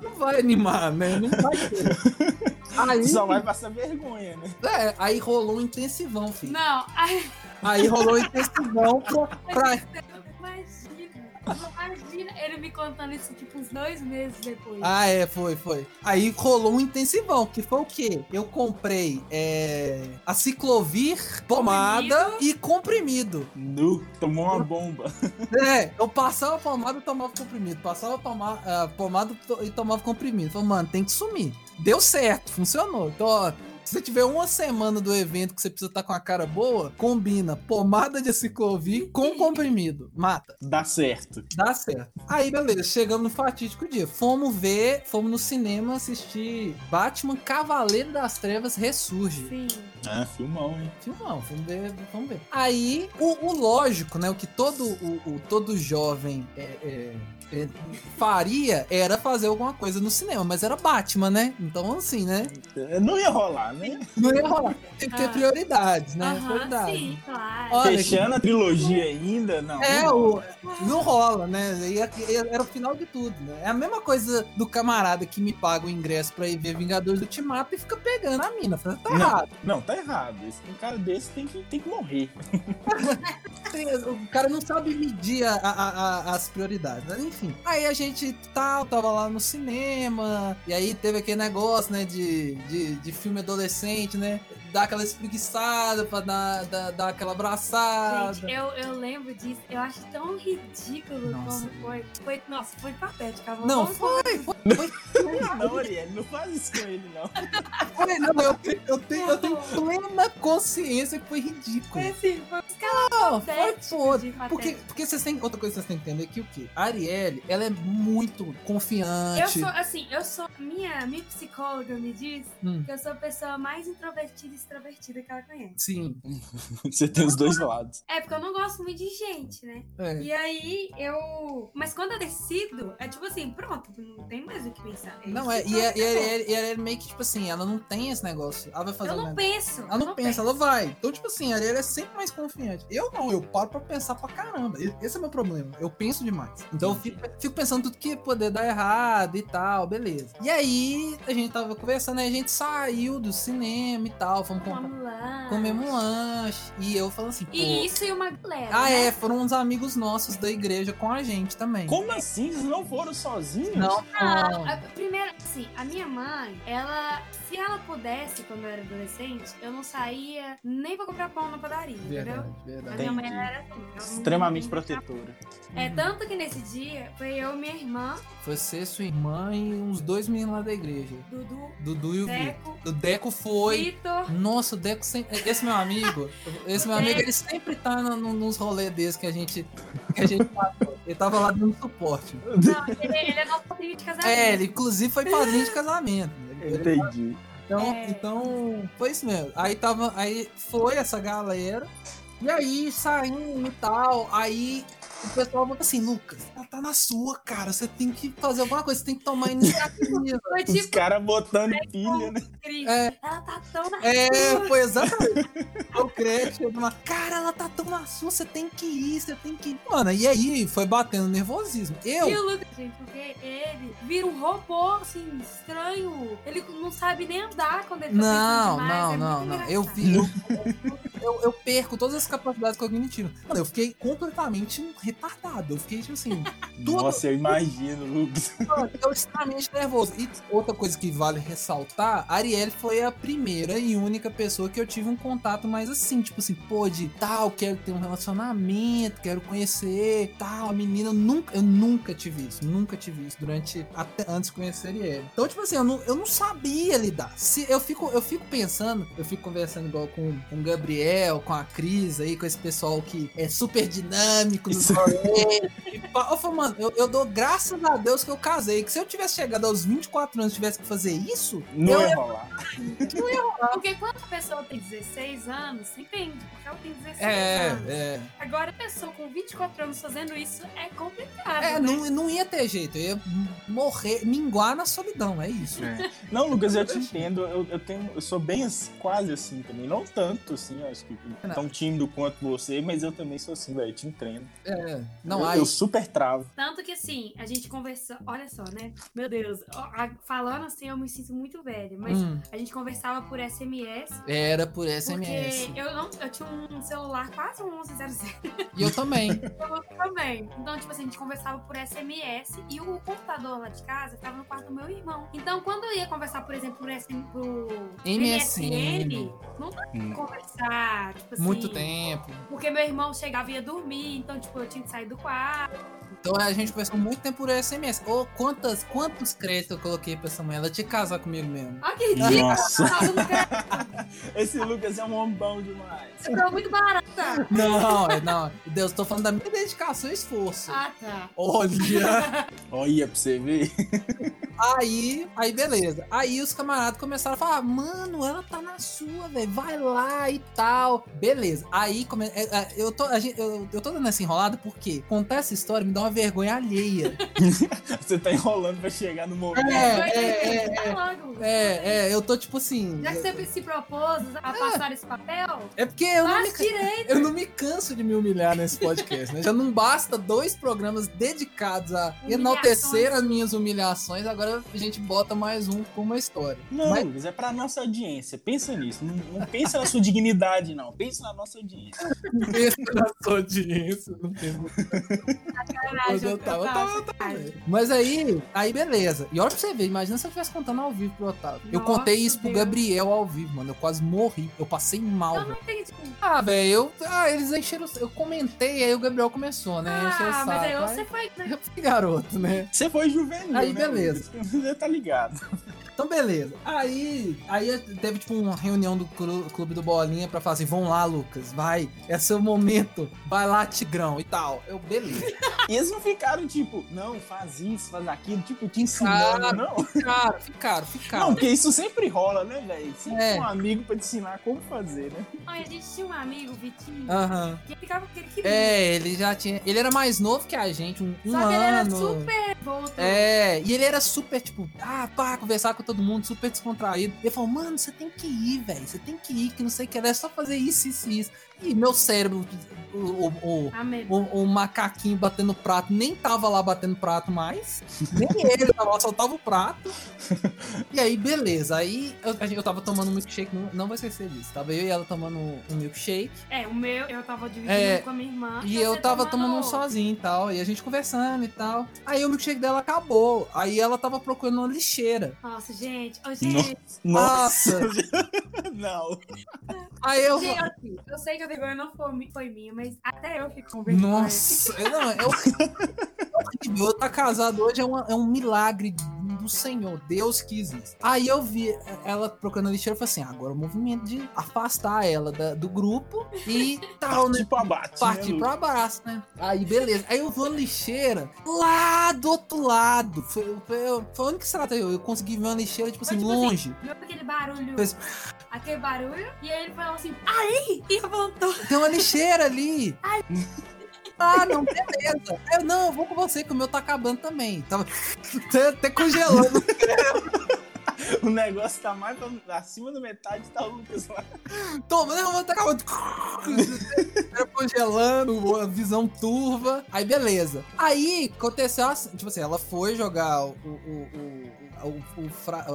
não vai animar, né? Não vai ter. Aí, Só vai passar vergonha, né? é, aí rolou um intensivão, filho. Não, ai, Aí rolou um intensivão pra. pra- imagina. Imagina ele me contando isso, tipo, uns dois meses depois. Ah, é, foi, foi. Aí rolou um intensivão, que foi o quê? Eu comprei é, a ciclovir, pomada e comprimido. Nu, tomou uma bomba. É, eu passava a pomada e tomava comprimido. Passava a poma- a pomada to- e tomava comprimido. Falei, mano, tem que sumir. Deu certo, funcionou. Então, ó, se você tiver uma semana do evento que você precisa estar com a cara boa, combina pomada de ciclovir com comprimido. Mata. Dá certo. Dá certo. Aí, beleza, chegamos no fatídico dia. Fomos ver, fomos no cinema assistir Batman Cavaleiro das Trevas Ressurge. Sim. Ah, filmão, hein? Filmão, vamos ver, vamos ver. Aí, o, o lógico, né? O que todo, o, o- todo jovem é, é, é, faria era fazer alguma coisa no cinema, mas era Batman, né? Então, assim, né? É, Não ia rolar, né? Não ia rolar. Tem que ter Ah. prioridades, né? Aham, prioridades. sim, claro. Olha, Fechando a trilogia ainda, não. É, não. o, não rola, né? E é- e Era o final de tudo, né? É a mesma coisa do camarada que me paga o ingresso pra ir ver Vingadores Ultimato e fica pegando a mina. Fala, Tá Não. errado. Não, tá errado. Esse, um cara desse tem que, tem que morrer. tem, o cara não sabe medir a- a- a- as prioridades, né? Enfim. Aí a gente tal, tava lá no cinema, e aí teve aquele negócio, né, de, de, de filme adolescente, né? Dar aquela espreguiçada pra dar, dar, dar aquela abraçada. Gente, eu, eu lembro disso. Eu acho tão ridículo Nossa. como foi. foi. Nossa, foi patético. Avô. Não, Vamos- foi, (laughs) Não, Ariel, não faz isso com ele, não. (laughs) foi, não, eu, te- eu, tenho, eu tenho plena consciência que foi ridículo. Foi assim, foi Não, foi patético. foda. de patético. Porque, porque vocês têm. Outra coisa que vocês têm que entender aqui, o quê? A Arielle, ela é muito Eu confiante. sou, assim, eu sou. Minha, minha psicóloga me diz Hum. que eu sou a pessoa mais introvertida e extrovertida que ela conhece. Sim. Você tem os dois lados. É, porque eu não gosto muito de gente, né? É. E aí eu. Mas quando eu decido, é tipo assim, pronto, não tem mais o que pensar. Não, é, e, a, e, a Arielle, e a Arielle meio que, tipo assim, ela não tem esse negócio. Ela vai fazer Eu um não negócio. penso. Ela não pensa, ela vai. Então, tipo assim, a Arielle é sempre mais confiante. Eu não, eu paro pra pensar pra caramba. E- Esse é meu problema. Eu penso demais. Então eu fico, fico pensando tudo que ia poder dar errado e tal, beleza. E aí, a gente tava conversando, aí a gente saiu do cinema e tal, fomos comprar. Vamos lá. Comemos um lanche. E eu falo assim, pô. E isso e uma galera. Ah, né? é, foram uns amigos nossos da igreja com a gente também. Como assim? Vocês não foram sozinhos? Não, não. Ah, A- Primeiro, assim, a minha mãe, ela, se ela pudesse, quando eu era adolescente, eu não saía nem pra comprar pão na padaria, entendeu? Verdade, A verdade. minha mãe Entendi. ela era assim. ela não- Extremamente protetora. É, tanto que nesse dia foi eu, minha irmã, Você, sua irmã e uns dois meninos lá da igreja. Dudu, Dudu e o Vitor. Deco, O Deco foi. Vitor. É. Nossa, o Deco sempre. Esse meu amigo, esse meu amigo, ele sempre tá no- no- nos rolês desses que a gente. Que a gente passou. Ele tava lá dando suporte. Não, ele, ele é nosso filho de casamento. É, ele inclusive foi padrinho de casamento. Ele- ele- Entendi. Então, É. então, foi isso mesmo. Aí tava, aí foi essa galera. E aí saindo e tal, aí o pessoal falou assim, Lucas, ela tá na sua, cara. Você tem que fazer alguma coisa, você tem que tomar iniciativa. Foi Os tipo caras botando pilha, né? Cris. É. Ela tá tão na é, sua. foi exatamente. O crédito chegou lá, cara, ela tá tão na sua, você tem que ir, você tem que ir. Mano, e aí foi batendo nervosismo. E Eu, o Lucas, gente, porque ele vira um robô, assim, estranho. Ele não sabe nem andar quando ele tá não, pensando demais. não, é não, muito não. engraçado. Eu vi. Eu, eu- eu perco todas as capacidades cognitivas. Mano, eu fiquei completamente retardado. Eu fiquei, tipo assim, Tudo. Nossa, eu imagino, Lucas. Mano, eu extremamente nervoso. E outra coisa que vale ressaltar, a Arielle foi a primeira e única pessoa que eu tive um contato mais assim, tipo assim, pô, de tal, quero ter um relacionamento, quero conhecer, tal, a menina, eu nunca, eu nunca tive isso, nunca tive isso durante, até antes de conhecer a Arielle. Então, tipo assim, eu não, eu não sabia lidar. Se, eu, fico, eu fico pensando, eu fico conversando igual com, com o Gabriel, com a Cris aí, com esse pessoal que é super dinâmico, nos Isso. Pa- Eu falo, mano, eu, eu dou graças a Deus que eu casei. Que se eu tivesse chegado aos 24 anos e tivesse que fazer isso, Não eu ia rolar. Porque quando a pessoa tem 16 anos, você entende, porque ela tem 16 É, anos. é. Agora, a pessoa com 24 anos fazendo isso é complicado. É, né? não, não ia ter jeito. Eu ia morrer, minguar na solidão, é isso. Não, Lucas, eu te entendo. Eu, eu tenho, eu sou bem assim, quase assim também. Não tanto, assim, eu acho que tão tímido quanto você, mas eu também sou assim, velho. Te entendo. É, não eu, há eu isso. super travo. Tanto que assim, a gente conversou. Olha só, né? Meu Deus, ó, a- falando assim, eu me sinto muito velha, mas Hum, a gente conversava por SMS. era por Porque SMS. eu, não, eu tinha um celular quase um 1100 E eu (laughs) também. Assim. também. Então, tipo assim, a gente conversava por SMS e o computador lá de casa ficava no quarto do meu irmão. Então, quando eu ia conversar, por exemplo, por SM, pro MSN. não dava pra conversar, tipo assim. Hum. Muito tempo. Porque meu irmão chegava e ia dormir, então, tipo, eu tinha que sair do quarto. Então a gente conversou muito tempo por SMS. Ô, quantas, quantos créditos eu coloquei pra essa mulher? Ela tinha que casar comigo mesmo. Olha que ridículo! Nossa. eu tava no (laughs) crédito, Esse Lucas é um homem bom demais. eu tava muito barata. Não, é, não. Deus, tô falando da minha dedicação e esforço. Ah, tá. Olha. Olha pra você ver. Aí, aí beleza. Aí os camaradas começaram a falar: "Mano, ela tá na sua, velho. Vai lá e tal". Beleza. Aí come- é, é, eu tô a gente- eu, eu tô dando essa enrolada porque contar essa história me dá uma vergonha alheia. (laughs) (laughs) Você tá enrolando pra chegar no momento. É, é, é, Tá logo. É, é, eu tô tipo assim, Já que você se propôs a passar esse papel, é porque Ah. eu não me faz direito. Eu não me canso de me humilhar nesse podcast, né? Já não basta dois programas dedicados a enaltecer as minhas humilhações, agora agora a gente bota mais um com uma (laughs) história. Não, Mas- Lucas, é pra nossa audiência. Pensa nisso. Não, não pensa na sua dignidade, não. Pensa na nossa audiência. Pensa na sua audiência, não tem Sacanagem, eu tava- eu tava- eu sacanagem. Mas aí, aí beleza. E olha pra você ver, imagina se eu estivesse contando ao vivo pro Otávio. eu Nossa, contei isso pro Deus. Gabriel ao vivo, mano. Eu quase morri. Eu passei mal, Eu velho. não entendi. Ah, velho, eu. Ah, eles encheram. o- Eu comentei, aí o Gabriel começou, né? Encheu o Ah, saco. mas aí Aí- você foi. Eu fui garoto, né? Você foi juvenil, Aí, né, beleza. Lucas? (laughs) Você tá ligado. Então, beleza. Aí, aí teve, tipo, uma reunião do clu- Clube do Bolinha pra falar assim: vão lá, Lucas, vai, é seu momento, vai lá, Tigrão e tal. Eu, beleza. E eles não ficaram tipo, não, faz isso, faz aquilo, tipo, te ensinando, Ah, não. Ficaram, ficaram, ficaram. Não, porque isso sempre rola, né, velho? Sempre É. tem um amigo pra te ensinar como fazer, né? Ai, a gente tinha um amigo, o Vitinho, Aham. que ele ficava com aquele que É, ele já tinha. Ele era mais novo que a gente, um, um Só ano. que ele era super voltou. É, e ele era super, tipo, ah, pá, conversar com todo mundo, super descontraído. Ele falou, mano, você tem que ir, velho, você tem que ir, que não sei o que, é só fazer isso, isso, isso. E meu cérebro, o, o, o- Amém. o- o macaquinho batendo prato, nem tava lá batendo prato mais. Nem (laughs) ele tava lá, só tava o prato. E aí, beleza. Aí eu, a gente- eu tava tomando um milkshake, não, não vou esquecer disso. Tava eu e ela tomando um milkshake. É, o meu, eu tava dividindo É, com a minha irmã. E Ah, então você tá eu tava tomando um outro. sozinho e tal, e a gente conversando e tal. Aí o milkshake dela acabou. Aí ela tava procurando uma lixeira. Nossa, gente. Ô, gente, Nossa! (laughs) não. Aí eu. gente, assim, eu sei que a vergonha não foi, mi- foi minha, mas até eu fico com vergonha. Nossa! Eu- Não, é horrível. É horrível. Eu (laughs) tá casado hoje é, uma- é um milagre do Senhor. Deus quis isso. Aí eu vi ela procurando a lixeira e falei assim: agora o movimento de afastar ela da- do grupo e tal, né? Tipo abate. Partir né, pro abraço, né? Aí, beleza. Aí eu vou na lixeira lá do outro lado. Foi, foi, foi a única estrada eu, eu consegui ver uma lixeira, tipo assim, Mas, tipo assim, longe. Viu aquele barulho? Fez- Aquele barulho. E aí ele falou assim, aí! E levantou. Tem uma lixeira ali. Ah, não, beleza. Aí Eu, não, eu vou com você, que o meu tá acabando também. Tava (laughs) até, até congelando. Lucas? O negócio tá mais pra- acima da metade, tá o Lucas lá. Toma, não, eu vou (laughs) tá acabando. Era Tá congelando, a visão turva. Aí, beleza. Aí, aconteceu assim, tipo assim, ela foi jogar o, o, o, o, o, o fra-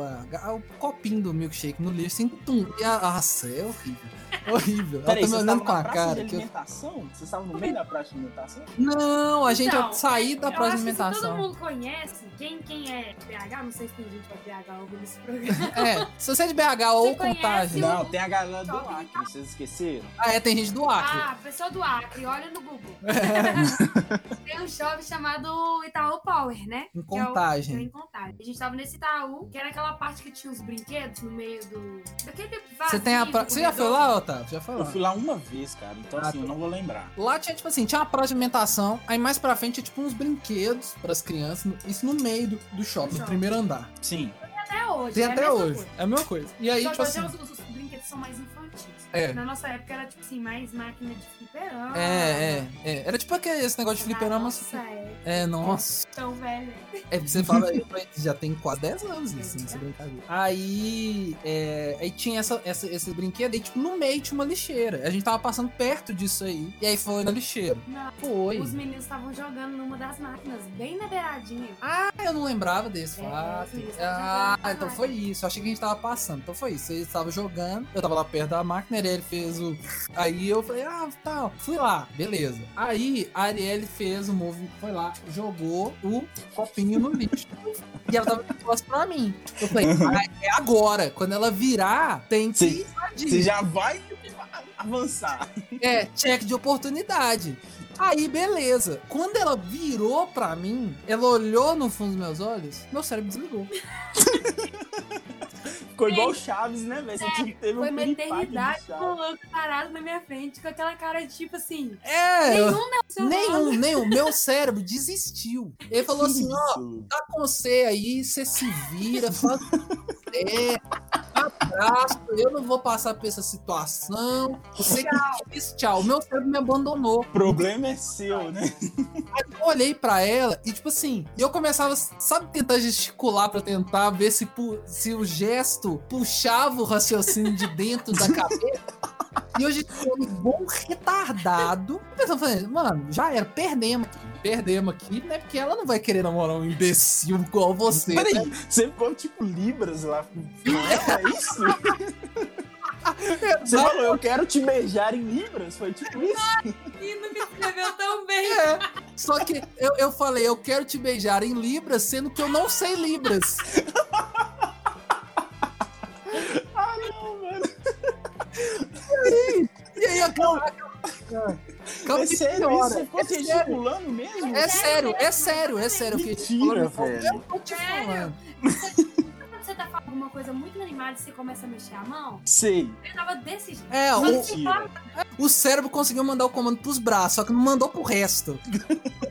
a- o copinho do milkshake no lixo, assim, tum. E a, nossa, é horrível. Horrível. Peraí, Ela tá me vocês olhando estavam com na a praça cara. de que eu- alimentação? Vocês estavam no meio da praça de alimentação? Não, a gente Então, ia sair (laughs) da Eu praça de acho que se todo alimentação. mundo conhece. Quem, quem é BH, não sei se tem gente pra BH ouvindo esse programa. É, se você é de BH ou conhece contagem. né? um- Não, tem a galera do Shopping. Acre, vocês esqueceram? Ah, é, tem gente do (laughs) Acre. Ah, pessoa do Acre, olha (laughs) no Google. (laughs) Tem um shopping chamado Itaú Power, né? Em Que é o- Contagem. que é em Contagem. A gente tava nesse Itaú, que era aquela parte que tinha os brinquedos no meio do. Daquele Você tem a vazio, pra... Você já foi corredor. lá, Otávio? Já foi Eu lá. fui lá uma vez, cara, então Ah, assim, eu tá. não vou lembrar. Lá tinha, tipo assim, tinha uma praça de alimentação, aí mais pra frente tinha, tipo, uns brinquedos pras crianças, isso no meio do, do shopping, no Shopping. primeiro andar. Sim. Até hoje. Tem é a até mesma hoje, coisa. é a mesma coisa. E aí, Só que tipo hoje assim, os, os brinquedos são mais infantis. É. Na nossa época era, tipo assim, mais máquina de fliperama. é, é, é, era tipo aquele, esse negócio de Na fliperama, nossa mas- época, é, nossa, tão velha. é porque você fala, eu falei, já tem quase 10 anos isso, né, essa Uhum. brincadeira. Aí, é, aí tinha essa, essa, esse brinquedo, e tipo, no meio tinha uma lixeira, a gente tava passando perto disso aí, e aí foi na lixeira. Não. Foi. Os meninos estavam jogando numa das máquinas, bem na beiradinha. Ah, eu não lembrava desse É, fato. sim, eles Ah, estavam jogando na então máquina. foi isso. Eu achei que a gente tava passando. Então foi isso. Ele estava jogando, eu tava lá perto da máquina, a Arielle fez o. Aí eu falei, ah, tal. Fui lá, beleza. Aí a Arielle fez o movimento, foi lá, jogou o copinho no lixo. E ela tava próximo pra mim. Eu falei, ah, é agora. Quando ela virar, tem que Sim. invadir. Você já vai avançar. É, check de oportunidade. Aí, beleza. Quando ela virou pra mim, ela olhou no fundo dos meus olhos, meu cérebro desligou. Ficou igual o Chaves, né, velho? Você tipo, teve Foi um uma piripaque eternidade de com Chaves. o louco parado na minha frente, com aquela cara de tipo assim. É, eu- nenhum não, seu nome. nenhum, nenhum. Meu cérebro desistiu. Ele falou assim: ó, Isso. tá com você aí, você se vira, faz o que quiser, abraço, eu não vou passar por essa situação. Você que quis, tchau. Meu cérebro me abandonou. O problema é seu, né? Eu olhei pra ela e, tipo assim, eu começava, sabe, tentar gesticular pra tentar ver se, pu- se o gesto puxava o raciocínio de dentro da cabeça. E hoje eu um bom retardado. Pensando, falando, mano, já era, perdemos aqui. Perdemos aqui, né? Porque ela não vai querer namorar um imbecil igual você. Peraí, né? você ficou tipo Libras lá. É isso? Você falou, eu quero te beijar em Libras? Foi tipo isso? Menino me escreveu tão bem. É. Só que eu, eu falei, eu quero te beijar em Libras, sendo que eu não sei Libras. Ah, não, mano. E aí, acabou. Acabou É que sério isso? Você piora. ficou É se sério. gesticulando mesmo? É sério, é sério, é sério. Eu fiquei Mentira, falando, eu velho. tô te falando. Quando você tá falando alguma coisa muito animada e você começa a mexer a mão, Sei. eu tava desse jeito. É, o, Mentira. o cérebro conseguiu mandar o comando pros braços, só que não mandou pro resto.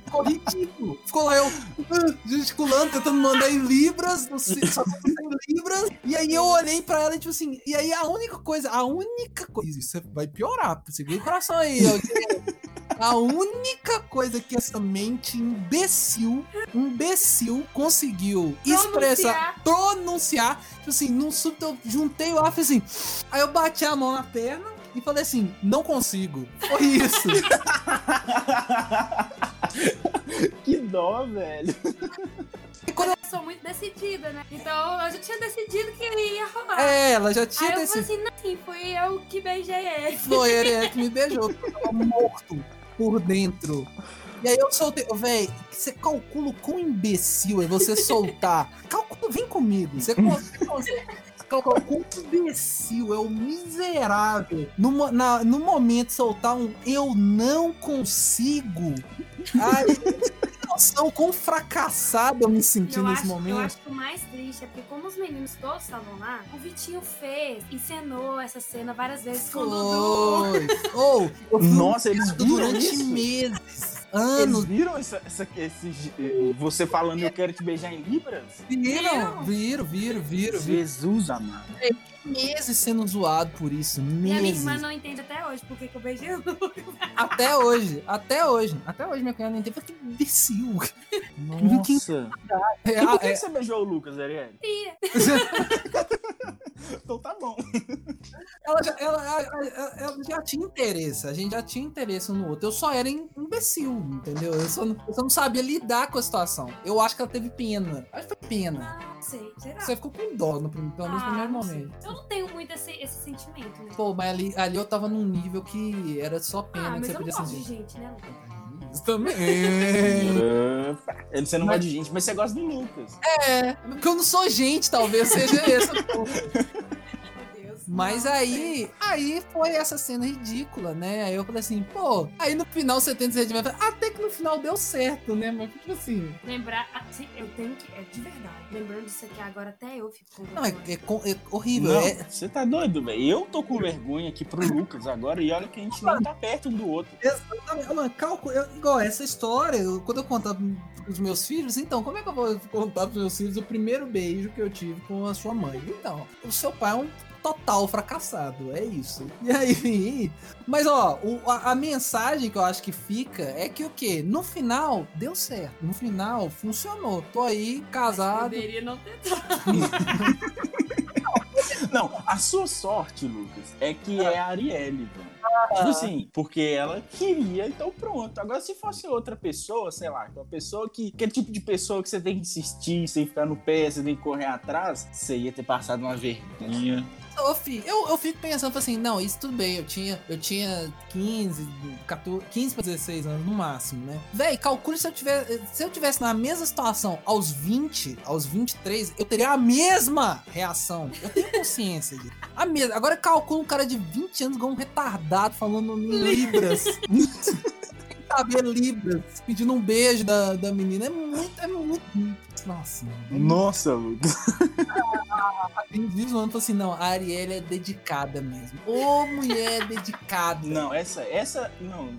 Ficou ridículo. Ficou lá eu ah, gesticulando, tentando mandar em libras, não sei, só que não sei em libras. E aí eu olhei pra ela e tipo assim, e aí a única coisa, a única coisa, isso é, vai piorar, segura o coração aí. Eu, a única coisa que essa mente imbecil, imbecil, conseguiu expressar, pronunciar, tipo assim, num súbito eu juntei lá, fiz assim, aí eu bati a mão na perna e falei assim, não consigo. Foi (laughs) isso. que dó, velho. Eu sou muito decidida, né? Então eu já tinha decidido que ia rolar. é, ela já tinha Aí eu decidido. falei assim, não, sim, fui eu que beijei ele. Foi ele é que me beijou, porque eu tava morto por dentro. E aí eu soltei, véi, você calcula o quão imbecil é você soltar. Calcula, vem comigo. Você consegue. Calcula o quão imbecil é o miserável no, mo- na- no momento soltar um eu não consigo. Ai, tem noção quão fracassado eu me E senti Eu nesse acho, eu momento. acho que o mais triste é porque como os meninos todos estavam lá, o Vitinho fez, encenou essa cena várias vezes com o Dudu. Foi. Ou, eu fui Nossa, eles humilhado viram durante isso? meses, Eles anos, viram essa, essa- esse, eh, você falando eu quero te beijar em Libras? Viram, viram, viram, viram, viram. Jesus amado. Meses sendo zoado por isso, E a minha meses. irmã não entende até hoje por que que eu beijei o Dudu. Até hoje, até hoje, até hoje minha cunhada não entende. Que imbecil. Nossa. É, E por que é, que você beijou o Lucas, Ariel? (laughs) Então tá bom. ela, já, ela- ela- ela- ela já tinha interesse, a gente já tinha interesse um no outro. Eu só era im- imbecil, entendeu? Eu só, não- eu só não sabia lidar com a situação. Eu acho que ela teve pena. Acho que foi pena. Não sei, será? Você ficou com dó, no, prim- pelo menos no Ah, primeiro não sei. momento. Eu não tenho muito esse, esse sentimento, né? Pô, mas ali, ali eu tava num nível que era só pena Ah, que mas você eu não podia gosto de sentir. gente, né? Lucas? Isso também. É, Ele você não gosta de gente, mas você gosta do Lucas. É, porque eu não sou gente, talvez seja essa. Meu Deus. Mas Não, aí, aí foi essa cena ridícula, né? Aí eu falei assim, pô, aí no final você tenta se redimir, "Ah, até que no final deu certo, né? Mas tipo assim, Lembrar, assim, eu tenho que. É de verdade. Lembrando disso aqui agora, até eu fico com não, é, vergonha. é co- é horrível. Não, é- você tá doido, velho. Eu tô com vergonha aqui pro Lucas agora e olha que a gente não tá perto um do outro. Exatamente. Mano, é cálculo. eu- igual, essa história, eu- quando eu contar pros meus filhos, então, como é que eu vou contar pros meus filhos o primeiro beijo que eu tive com a sua mãe? Então, o seu pai é um total fracassado, é isso. (laughs) E aí. Mas, ó, o- a, a mensagem que eu acho que fica é que o quê? No final, deu certo. No final, funcionou. Tô aí, casado. Poderia não ter dado. Não, a sua sorte, Lucas, é que é a Arielle, velho. Ah. Tipo assim, porque ela queria, então pronto. Agora, se fosse outra pessoa, sei lá, uma pessoa que. Aquele tipo de pessoa que você tem que insistir, sem ficar no pé, você tem que correr atrás, você ia ter passado uma vergonha. Ô, fi, eu, eu fico pensando falo assim, não, isso tudo bem, eu tinha, eu tinha 15, 14, 15 pra 16 anos no máximo, né? Véi, calcule se eu tivesse, se eu tivesse na mesma situação aos 20, aos 23, eu teria a mesma reação. Eu tenho consciência disso. A mesma. Agora calcula um cara de 20 anos igual um retardado falando em libras. (laughs) Saber libras, pedindo um beijo da, da menina, é muito, é muito, nossa, mano, é muito Nossa, Lucas. tem vídeos falando assim, não, a Arielle é dedicada mesmo. Ô, mulher é (laughs) dedicada. Não, essa, essa. Não.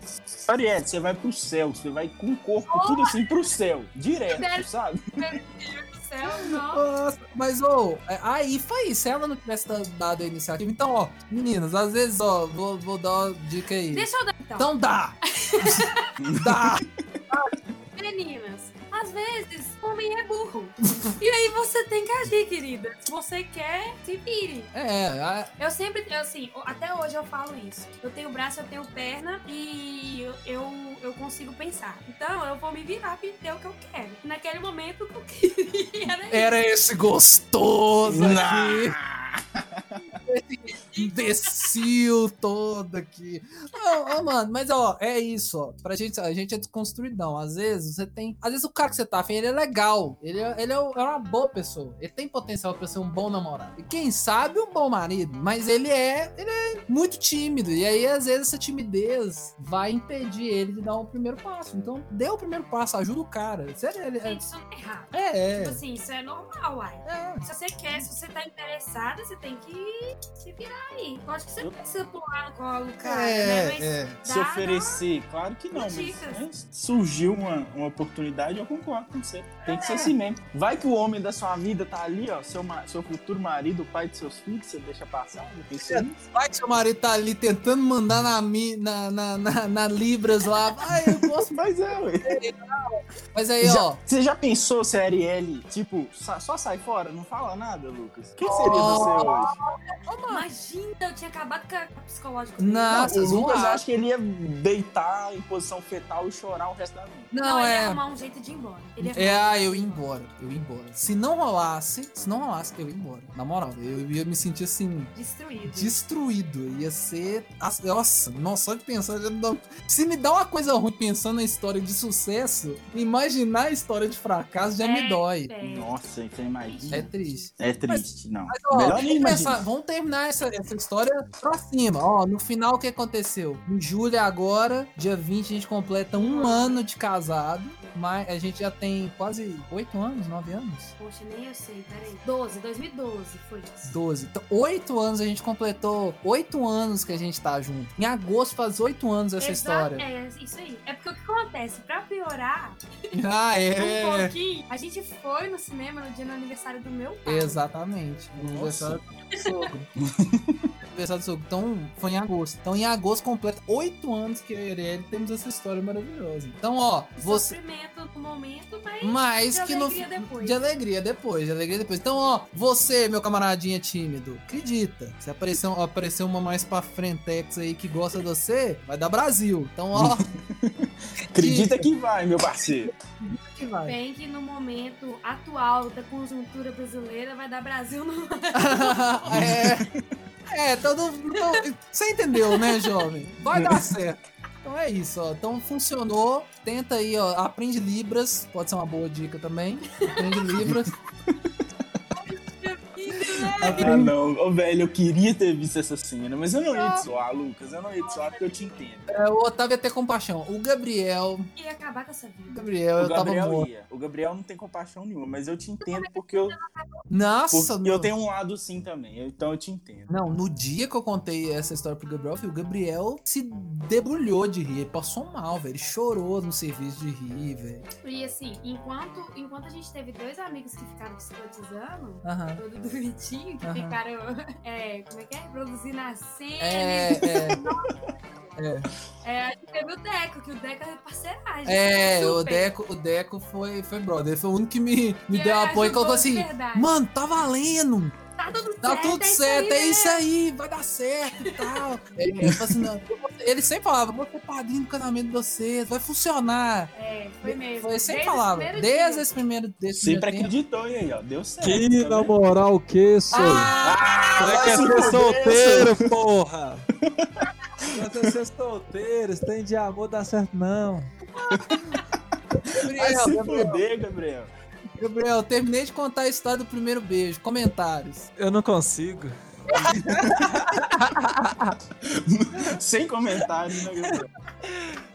Arielle, você vai pro céu, você vai com o corpo tudo assim pro céu. Direto, sabe? do céu, (laughs) não. Nossa, mas, ô, é- aí foi isso. Se ela não tivesse dado- dado a iniciativa, então, ó, meninas, às vezes, ó, vou, vou dar uma dica aí. Deixa eu dar então. Então (laughs) dá! dá! Meninas, às vezes, o homem é burro. (laughs) e aí você tem que agir, querida. Se você quer, se vire. É, a- Eu sempre, eu, assim, o- até hoje eu falo isso. Eu tenho braço, eu tenho perna e eu, eu, eu consigo pensar. Então eu vou me virar pra ter o que eu quero. Naquele momento, o que eu queria era isso. era esse gostoso aqui. Nah. Imbecil todo aqui. Não, ó, mano, mas ó, é isso, ó. Pra gente, a gente é desconstruidão. Às vezes você tem. Às vezes o cara que você tá afim, ele é legal. Ele, é- ele é, o- é uma boa pessoa. Ele tem potencial pra ser um bom namorado. E quem sabe um bom marido. Mas ele é. Ele é muito tímido. E aí, às vezes, essa timidez vai impedir ele de dar o primeiro passo. Então, dê o primeiro passo, ajuda o cara. Sério, ele é. Gente, isso não é errado. É, Tipo é. assim, isso é normal, uai. é. Se você quer, se você tá interessada, você tem que se virar aí. Eu acho que você não precisa pular no colo, cara. É, né? Mas é. dá- Se oferecer, claro que não, mas Dicas. né, surgiu uma, uma oportunidade, eu concordo com você. Tem É. que ser assim mesmo. Vai que o homem da sua vida tá ali, ó, seu, ma- seu futuro marido, o pai de seus filhos, você deixa passar, já pensou nisso? Vai que seu marido tá ali tentando mandar na, mi- na, na, na, na Libras lá. Ai, eu gosto. Mas é, ué. Mas aí, Já- ó. Você já pensou se a Arielle, tipo, sa- só sai fora, não fala nada, Lucas? Quem seria Oh. você hoje? Imagina, eu tinha acabado com a psicológica. é. Não. Ah, o vocês vão Lucas lá. acha que ele ia deitar em posição fetal e chorar o resto da vida. Não, Não, ele ia é. arrumar um jeito de ir embora. Ele ia É, arrumar um ah, jeito eu de ia embora. Eu ia embora. Se não rolasse, se não rolasse, eu ia embora. Na moral, eu ia me sentir assim. Destruído. Destruído, Eu ia ser. as- Nossa, nossa, só de pensar. já dá- Se me dá uma coisa ruim pensando na história de sucesso, imaginar a história de fracasso já me É, dói. É. Nossa, então imagina. É triste. É triste, não. Mas, ó, Melhor nem vamos, imaginar. pensar- vamos terminar essa, essa história pra cima. Ó, no final, o que aconteceu? Em julho, é agora, dia 20, a gente completa um ano de casado. Mas a gente já tem quase 8 anos, 9 anos? Poxa, nem eu sei, peraí. 12, 2012 foi isso. 12. Então, 8 anos a gente completou. 8 anos que a gente tá junto. Em agosto faz 8 anos essa Exa- história. É, isso aí. É porque o que acontece? Pra piorar Ah, um pouquinho, a gente foi no cinema no dia do aniversário do meu pai. Exatamente. Um O aniversário do sogro. aniversário do sogro. Então, foi em agosto. Então, em agosto completa oito anos que eu e a Arielle temos essa história maravilhosa. Então, ó, você. Sofrimento no momento, mas Mas de que no alegria depois. De alegria depois, de alegria depois. Então, ó, você, meu camaradinha tímido, acredita. Se aparecer, um- aparecer uma mais pra frentex aí que gosta de você, vai dar Brasil. Então, ó, Acredita que vai, meu (laughs) parceiro. que vai. Bem que no momento atual da conjuntura brasileira vai dar Brasil no (laughs) é, é, todo. todo- Você entendeu, né, jovem? Vai dar certo. Então é isso, ó. Então funcionou. Tenta aí, ó. Aprende Libras. Pode ser uma boa dica também. Aprende Libras. (laughs) Ah, não. Ô, velho, eu queria ter visto essa cena, mas eu não ia Ah. te zoar, Lucas. Eu não ia te zoar porque eu te entendo. É, o Otávio ia ter compaixão. O Gabriel. e acabar com essa O vida. Gabriel, O eu tava Gabriel morto. ia. O Gabriel não tem compaixão nenhuma, mas eu te entendo porque é eu, Nossa, porque eu não. tenho um lado sim também. Então eu te entendo. Não, no dia que eu contei essa história pro Gabriel, filho, o Gabriel se debulhou de rir. Ele passou mal, velho. Ele chorou no serviço de rir, velho. E assim, enquanto, enquanto a gente teve dois amigos que ficaram psicotizando, Aham. todo (laughs) doidinho, que Aham. ficaram, é, como é que é? Produzindo a cena. É, é. É, a gente teve o Deco, que o Deco é parceiragem. assim, É, (laughs) Super. o Deco, o Deco foi, foi brother. Ele foi o único que me, me Que deu apoio e é, ajudou colocou de assim: verdade. Mano, tá valendo, Tá tudo certo. tá tudo é isso certo, aí, é isso né?" aí, vai dar certo e tal. Ele, eu falei assim, "Não, eu vou- ele sempre falava: vou ser padrinho do casamento de vocês, vai funcionar. É, foi mesmo. Foi, sempre Desde o falava, primeiro desde dia. esse primeiro. Desse Sempre primeiro tempo. acreditou, e aí, ó. Deu certo. É, Que tá na vendo? moral que sou? Ah! Será vai que é se ser fuder, solteiro, porra? (laughs) Será que é ser solteiro? Se tem de amor, dá certo não. Vai Gabriel, se é, Gabriel, fuder, Gabriel. Gabriel, terminei de contar a história do primeiro beijo. Comentários. Eu não consigo. Sem comentários, né, Gabriel?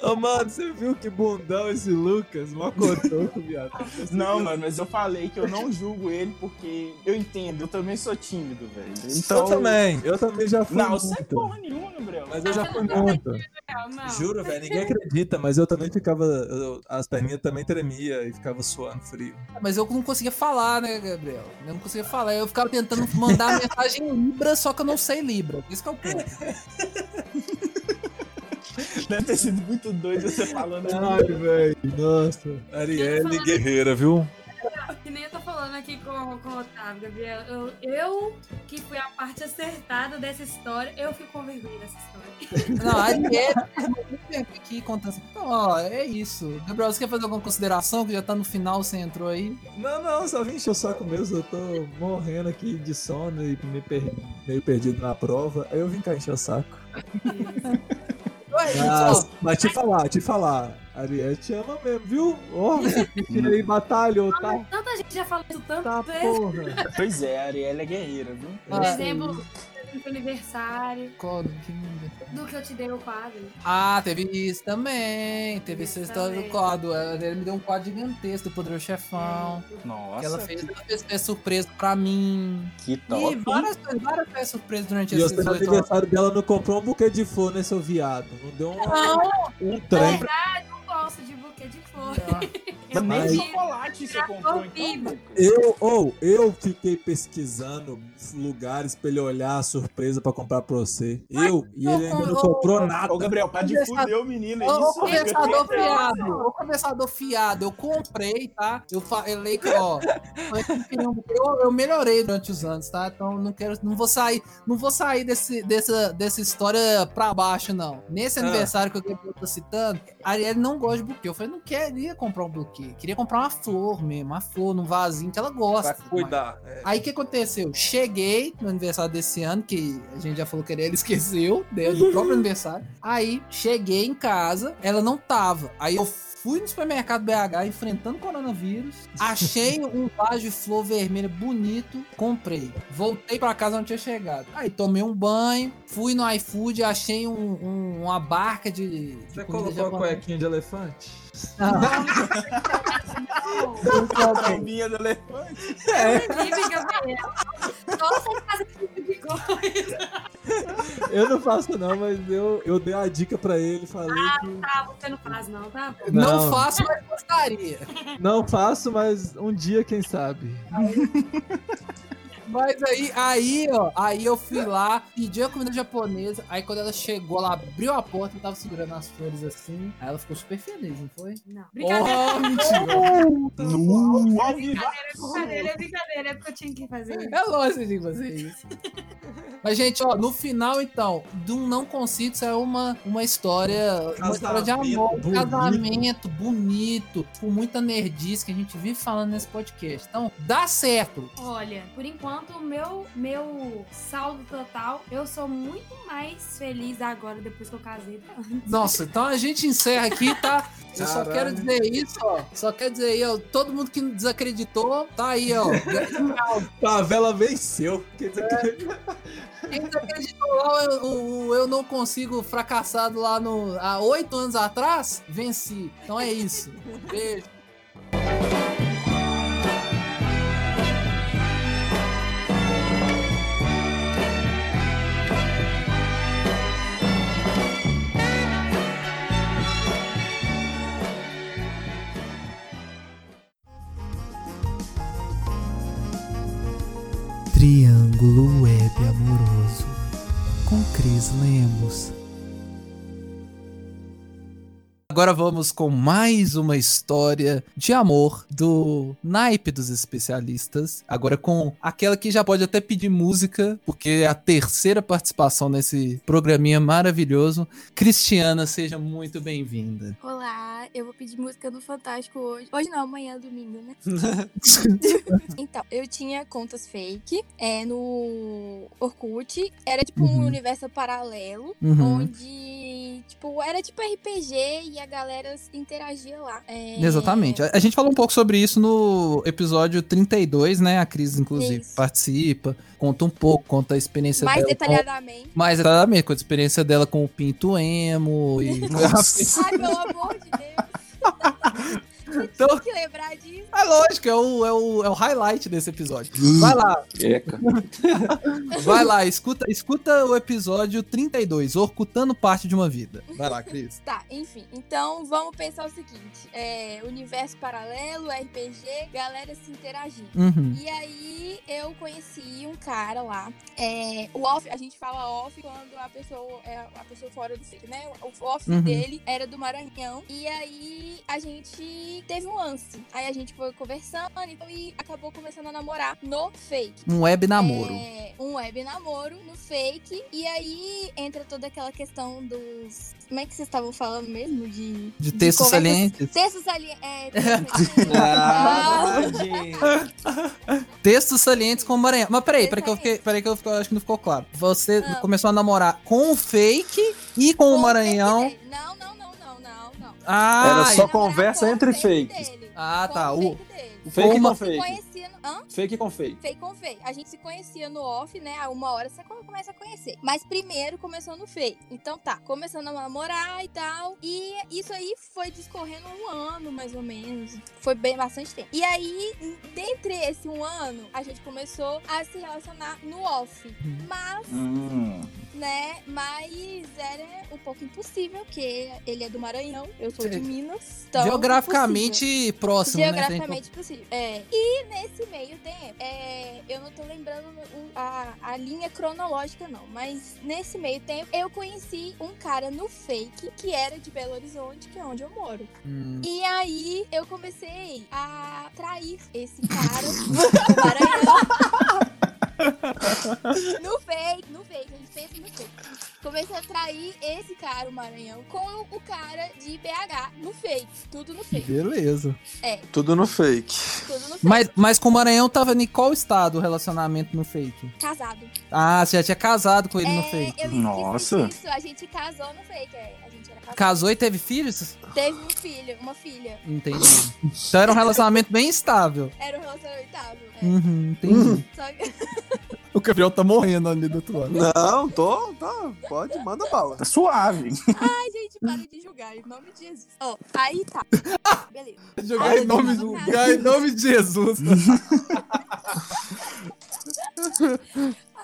Ô, mano, você viu que bundão esse Lucas? Mó cotoco, (laughs) viado. Não, mano, mas eu falei que eu não julgo ele porque eu entendo. Eu também sou tímido, velho. Então. Eu também. Eu também já fui Não, você é muito. porra nenhuma, Gabriel. Mas eu já fui Não, muito. Não, não. Juro, velho, ninguém acredita, mas eu também ficava. eu- as perninhas também tremia e ficava suando frio. Mas eu não conseguia falar, né, Gabriel? Eu não conseguia falar. Eu ficava tentando mandar mensagem em Libra, só que eu não sei Libra. Isso que é o ponto. Deve ter sido muito doido você falando. Ai, velho. Nossa. Arielle guerreira, viu? Que nem eu tô falando aqui com, com o Otávio, Gabriel. Eu, eu, que fui a parte acertada dessa história, eu fico com vergonha dessa história. Não, a Ariel é aqui contando assim. Então, ó, é isso. Gabriel, você quer fazer alguma consideração? Que já tá no final, você entrou aí. Não, não, só vim encher o saco mesmo. Eu tô morrendo aqui de sono e me per- meio perdido na prova. Aí eu vim cá encher o saco. Então é Mas, mas te falar, te falar. Ariel te ama mesmo, viu? Ó, tirei batalha, tá? Tanta gente já falou isso tanto Tá, vezes. porra. Pois é, a Arielle é guerreira, viu? Por assim. exemplo, no aniversário, Codo, que lindo. do que eu te dei o quadro. Ah, teve isso também. Teve essa Isso história do também. quadro. Ele me deu um quadro gigantesco do Poderoso Chefão. Que Nossa, Tá ela fez, ela fez pé surpresa pra mim. que E top. várias, várias pés surpresas durante E esses você no 18 anos. aniversário dela não comprou um buquê de flor, né, seu viado? Não deu um, um Na trem pra verdade, eu gosto de buquê de (laughs) flor. Mas nem Mas- chocolate você comprou, então. Horrível. Lucas. Eu, ou, eu fiquei pesquisando lugares pra ele olhar a surpresa pra comprar pra você. Eu, e ele ainda não comprou nada. Ô, Gabriel, para de Conversador- fuder o menino, é Ô, ô, isso? conversador fiado, ô conversador fiado, eu comprei, tá? Eu falei que, ó, eu, eu melhorei durante os anos, tá? Então não quero, não vou sair, não vou sair desse, dessa, dessa história pra baixo, não. Nesse aniversário que eu tô citando, a Arielle não gosta de buquê. Eu falei, não queria comprar um buquê, queria comprar uma flor mesmo, uma flor num vasinho que ela gosta. Aí o que aconteceu? Cheguei no aniversário desse ano, que a gente já falou que ele (laughs) esqueceu, né, do próprio aniversário. Aí cheguei em casa, ela não tava. Aí eu fui no supermercado BH enfrentando o coronavírus, (laughs) achei um vaso de flor vermelha bonito, comprei. Voltei pra casa, não tinha chegado. Aí tomei um banho, fui no iFood, achei um- um- uma barca de. de Você comida colocou a japonesa. cuequinha de elefante? Bombinha do elefante. Horrível, Gabriel. Nossa, casa de coisa. Eu não faço, não, mas eu, eu dei a dica pra ele. Falei que Ah, você não faz não, tá (laughs) bom. Não Não. faço, mas gostaria. não faço, mas um dia, quem sabe. Mas aí, aí, ó, aí eu fui lá, pedi a comida japonesa, aí quando ela chegou, ela abriu a porta e tava segurando as flores assim. Aí ela ficou super feliz, não foi? Não. Brincadeira, Oh, mentira. No, tá ao vivo. brincadeira, é brincadeira, é porque eu tinha que fazer isso. É lógico de fazer isso. Mas, gente, ó, no final, então, de um não consigo, isso é uma, uma história. Uma história de amor, um Casamento casamento bonito, com muita nerdice que a gente vive falando nesse podcast. Então, dá certo. Olha, por enquanto, o meu, meu saldo total, eu sou muito mais feliz agora, depois que eu casei. Nossa, então a gente encerra aqui, tá? Eu só Caralho. quero dizer isso, ó. Só quero dizer aí, ó. Todo mundo que desacreditou, tá aí, ó. Pavela venceu. Quer dizer que- Quem desacreditou lá, o, o- o Eu Não Consigo Fracassado lá no, há oito anos atrás, venci. Então é isso. Beijo. Triângulo Web Amoroso com Cris Lemos. Agora vamos com mais uma história de amor do naipe dos especialistas. Agora com aquela que já pode até pedir música, porque é a terceira participação nesse programinha maravilhoso. Cristiana, seja muito bem-vinda. Olá, eu vou pedir música do Fantástico hoje. Hoje não, amanhã é domingo, (laughs) né? Então, eu tinha contas fake é, no Orkut. Era tipo um Uhum. universo paralelo. Uhum. Onde, tipo, era tipo RPG e a galera interagia lá. É, Exatamente. A, a gente falou um pouco sobre isso no episódio 32, né? A Cris, inclusive, Isso. participa, conta um pouco, conta a experiência Mais dela. detalhadamente. Com... Mais detalhadamente, com a experiência dela (laughs) com o Pinto Emo e. (laughs) Ai, pelo amor de Deus. Eu Então- tinha que lembrar disso. É lógico, é o, é o, é o highlight desse episódio. Vai (laughs) lá, Eca. vai lá, escuta, escuta o episódio 32, Orcutando Parte de uma Vida. Vai lá, Cris. Tá, enfim. Então vamos pensar o seguinte: é, universo paralelo, RPG, galera se interagindo. Uhum. E aí eu conheci um cara lá. É, o off, a gente fala off quando a pessoa é a pessoa fora do sítio, né? O off Uhum. dele era do Maranhão. E aí a gente teve um lance. Aí a gente foi conversando então, e acabou começando a namorar no fake. Um web namoro. É, um web namoro no fake. E aí entra toda aquela questão dos. Como é que vocês estavam falando mesmo? De. De textos conversas- salientes. Textos (laughs) salientes. É, textos Ah, salientes. gente. Textos salientes com o Maranhão. Mas peraí, peraí que eu Textos fiquei. Peraí que eu, fiquei- eu acho que não ficou claro. Você Ah. começou a namorar com o fake e com, o Maranhão. fake dele. Não, não, não, não, não, não. Ah, Era só Namorar conversa com o entre fake fakes. dele. Ah, Com tá. o O, fake dele. Fake Uma- com Se fake. conhecia no- hã? Fake com fake. Fake com fake. A gente se conhecia no off, né? A Uma hora você co- começa a conhecer. Mas primeiro começou no fake. Então tá, começando a namorar e tal. E isso aí foi discorrendo um ano, mais ou menos. Foi bem bastante tempo. E aí, dentre esse um ano, a gente começou a se relacionar no off. Uhum. Mas Hum. né? Mas era um pouco impossível, porque ele é do Maranhão, eu sou de Sim. Minas. Então geograficamente impossível. próximo, né? Geograficamente possível. É. E nesse meio tempo, é, eu não tô lembrando o- a, a linha cronológica, não. Mas nesse meio tempo, eu conheci um cara no fake que era de Belo Horizonte, que é onde eu moro. Tem como- Hum. E aí eu comecei a trair esse cara (laughs) do Maranhão. No fake, no fake, a gente pensa no fake. Comecei a trair esse cara, o Maranhão, com o cara de BH no fake. Tudo no fake. Beleza. Tudo no fake. Tudo no fake. Mas, mas com o Maranhão tava em qual estado o relacionamento no fake? Casado. Ah, você já tinha casado com ele é, no fake. Eu esqueci Nossa. disso, a gente casou no fake. é, A gente era casado. Casou e teve filhos? Teve um filho, uma filha. Entendi. Então era um relacionamento bem estável. Era um relacionamento oitavo. Hum. É. Uhum, entendi. Só que- (laughs) O Gabriel tá morrendo ali do outro lado. Não, tô, tá. Pode, manda bala. (laughs) Tá suave. Ai, gente, para de julgar, em nome de Jesus. Ó, aí (laughs) tá. Beleza. Jogar em nome, Não, cara. jogar em nome de Jesus.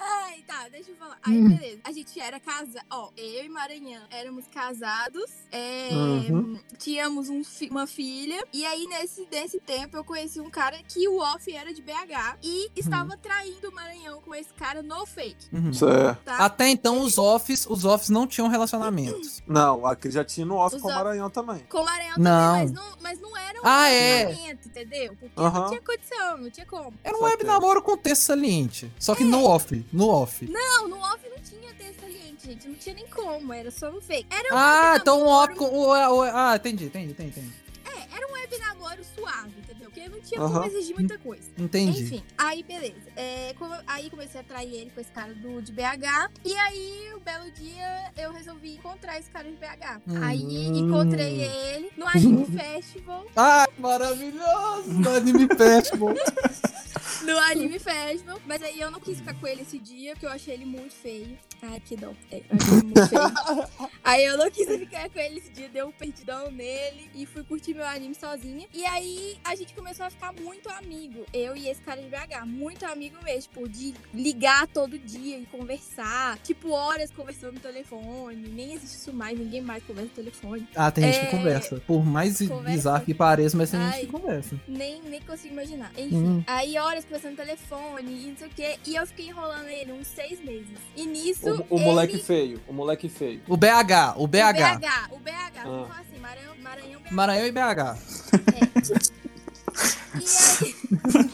Ai, tá, deixa eu falar. Hum. Aí, beleza. A gente era casa, ó, eu e Maranhão éramos casados, é, Uhum. tínhamos um fi- uma filha, e aí nesse, nesse tempo eu conheci um cara que o off era de BH Hum. e estava traindo o Maranhão com esse cara no fake, Uhum. Isso é. Ah, tá? Até então os offs, os offs não tinham relacionamentos. Não, a Cris já tinha no off Os com o off. Maranhão também. Com o Maranhão Não. também, mas não, mas não era um Ah, é. relacionamento, entendeu? Porque Aham. não tinha condição, não tinha como. Era um web namoro com texto saliente. Só que no off, no off. É. Não, no off não tinha texto saliente, gente, não tinha nem como, era só um fake. Era um ah, web então um namoro, off com. o- o- ah, entendi, entendi, entendi. entendi. É, era um web namoro suave, entendeu? Porque não tinha Aham. como exigir muita coisa. Entendi. Enfim, aí beleza. É, como- aí comecei a atrair ele com esse cara do, de BH. E aí, um belo dia, eu resolvi encontrar esse cara de BH. Aí Hum. encontrei ele no (laughs) Anime Festival. Ah, maravilhoso! (laughs) Do anime Festival. No Anime Festival. Mas aí eu não quis ficar com ele esse dia, porque eu achei ele muito feio. Ai, que dó. É, eu achei ele muito feio. aí eu não quis ficar com ele esse dia, deu um perdidão nele e fui curtir meu anime sozinha. E aí a gente começou a ficar muito amigo, eu e esse cara de BH. Muito amigo mesmo, tipo, de ligar todo dia e conversar. Tipo, horas conversando no telefone. Nem existe isso mais, ninguém mais conversa no telefone. Ah, tem gente É, que conversa. Por mais conversa. bizarro que pareça, mas tem gente Ai. que conversa. Nem, nem consigo imaginar. Enfim, Uhum. aí horas conversando no telefone e não sei o quê. E eu fiquei enrolando ele uns seis meses. E nisso. O, o ele- moleque feio, o moleque feio. O BH, o O BH. BH, o Ah. BH, vamos falar assim, Maranhão, Maranhão BH. Maranhão e BH. E aí,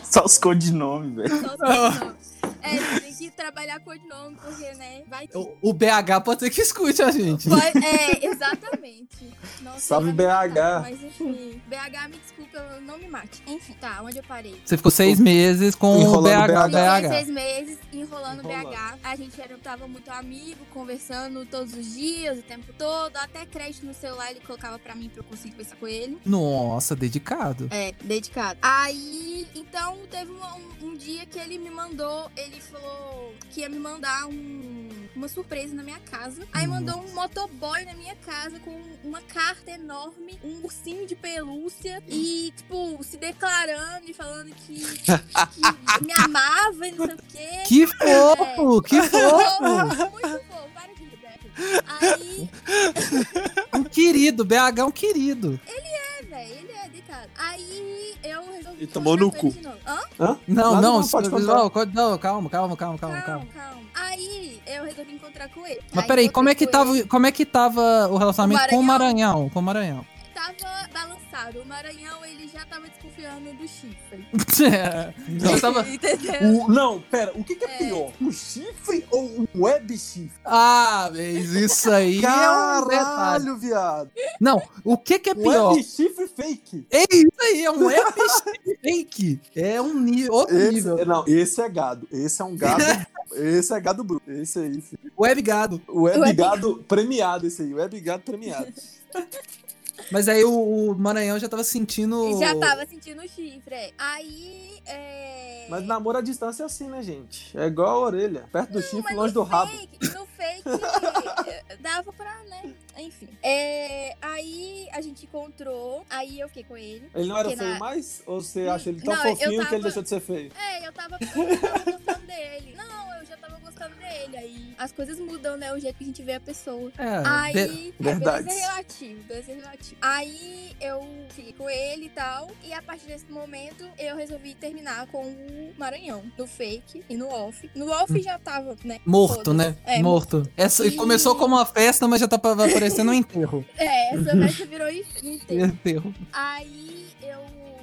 Só os codinomes, velho. (laughs) (laughs) só os codinomes. É, tem que trabalhar codinome, porque, né, vai que... O, o BH pode ser que escute a gente. Vai- É, exatamente. Nossa, Salve, eu ia me BH. matar, Mas enfim, BH, me desculpa, não me mate. Enfim, tá, onde eu parei? Você ficou seis meses com o Enrolando BH. Fiquei BH. seis meses enrolando o Enrolando. BH. A gente era, tava muito amigo, conversando todos os dias, o tempo todo. Até crédito no celular ele colocava pra mim pra eu conseguir conversar com ele. Nossa, dedicado. É, dedicado. Aí, então, teve um, um- um dia que ele me mandou, ele falou que ia me mandar um, uma surpresa na minha casa. Aí mandou um motoboy na minha casa com uma carta enorme, um ursinho de pelúcia e, tipo, se declarando e falando (laughs) que, que me amava e não sei o quê. Que fofo, É. que fofo. Fofo, Muito fofo, para de rir, Beto. (laughs) Aí, Um querido, BH é um querido. é, velho, ele é deitado. Aí eu resolvi. E tomou no contar pra ele cu. de novo. Hã? Não, Nada não, não, pode não, contar. co- não, calma, calma, calma, calma, Calma, calma. calma, Aí eu resolvi encontrar com ele. Mas Aí peraí, encontrei como é que com tava, como é que tava o relacionamento O com o Maranhão? Maranhão, com (laughs) o Maranhão? ele. Tava balançado. O Maranhão, ele já tava desconfiando do chifre. Eu tava- (laughs) Entendeu? O- não, pera, o que, que é É. pior? Um O chifre ou o web chifre? Ah, mas isso aí é um detalhe. Caralho, viado. Não, o que que é pior? Web chifre fake. É isso aí, é um app fake. É um nível, outro Esse, nível. não, esse é gado. Esse é um (laughs) gado. esse é gado bruto. Esse aí, filho. Web gado. Web, Web- gado premiado, esse aí. Web gado (laughs) premiado. Mas aí o, o Maranhão já tava sentindo... Já tava sentindo o chifre. é. Aí. É... Mas namoro à distância é assim, né, gente? É igual a orelha. Perto do chifre, mas longe do no rabo. fake- no fake eh, dava pra, né? Enfim. É, aí a gente encontrou, aí eu fiquei com ele. Ele não era Porque feio na- Hum, mais? Ou você acha ele tão Não, eu fofinho que tava- ele deixou de ser feio? É, eu tava, eu tava gostando dele. (laughs) Não, eu já tava gostando dele. Aí as coisas mudam, né? O jeito que a gente vê a pessoa. É, de- Aí, verdade. é, beleza é relativo, beleza é relativo. Aí eu fiquei com ele e tal, e a partir desse momento eu resolvi terminar com o Maranhão, no fake e no off. No off já tava, né? Hum. Morto, foda-se. né? É, morto. Essa, E- Começou como uma festa, mas já tá pa- parecendo um enterro. É, essa (laughs) festa virou inteiro. enterro. Aí eu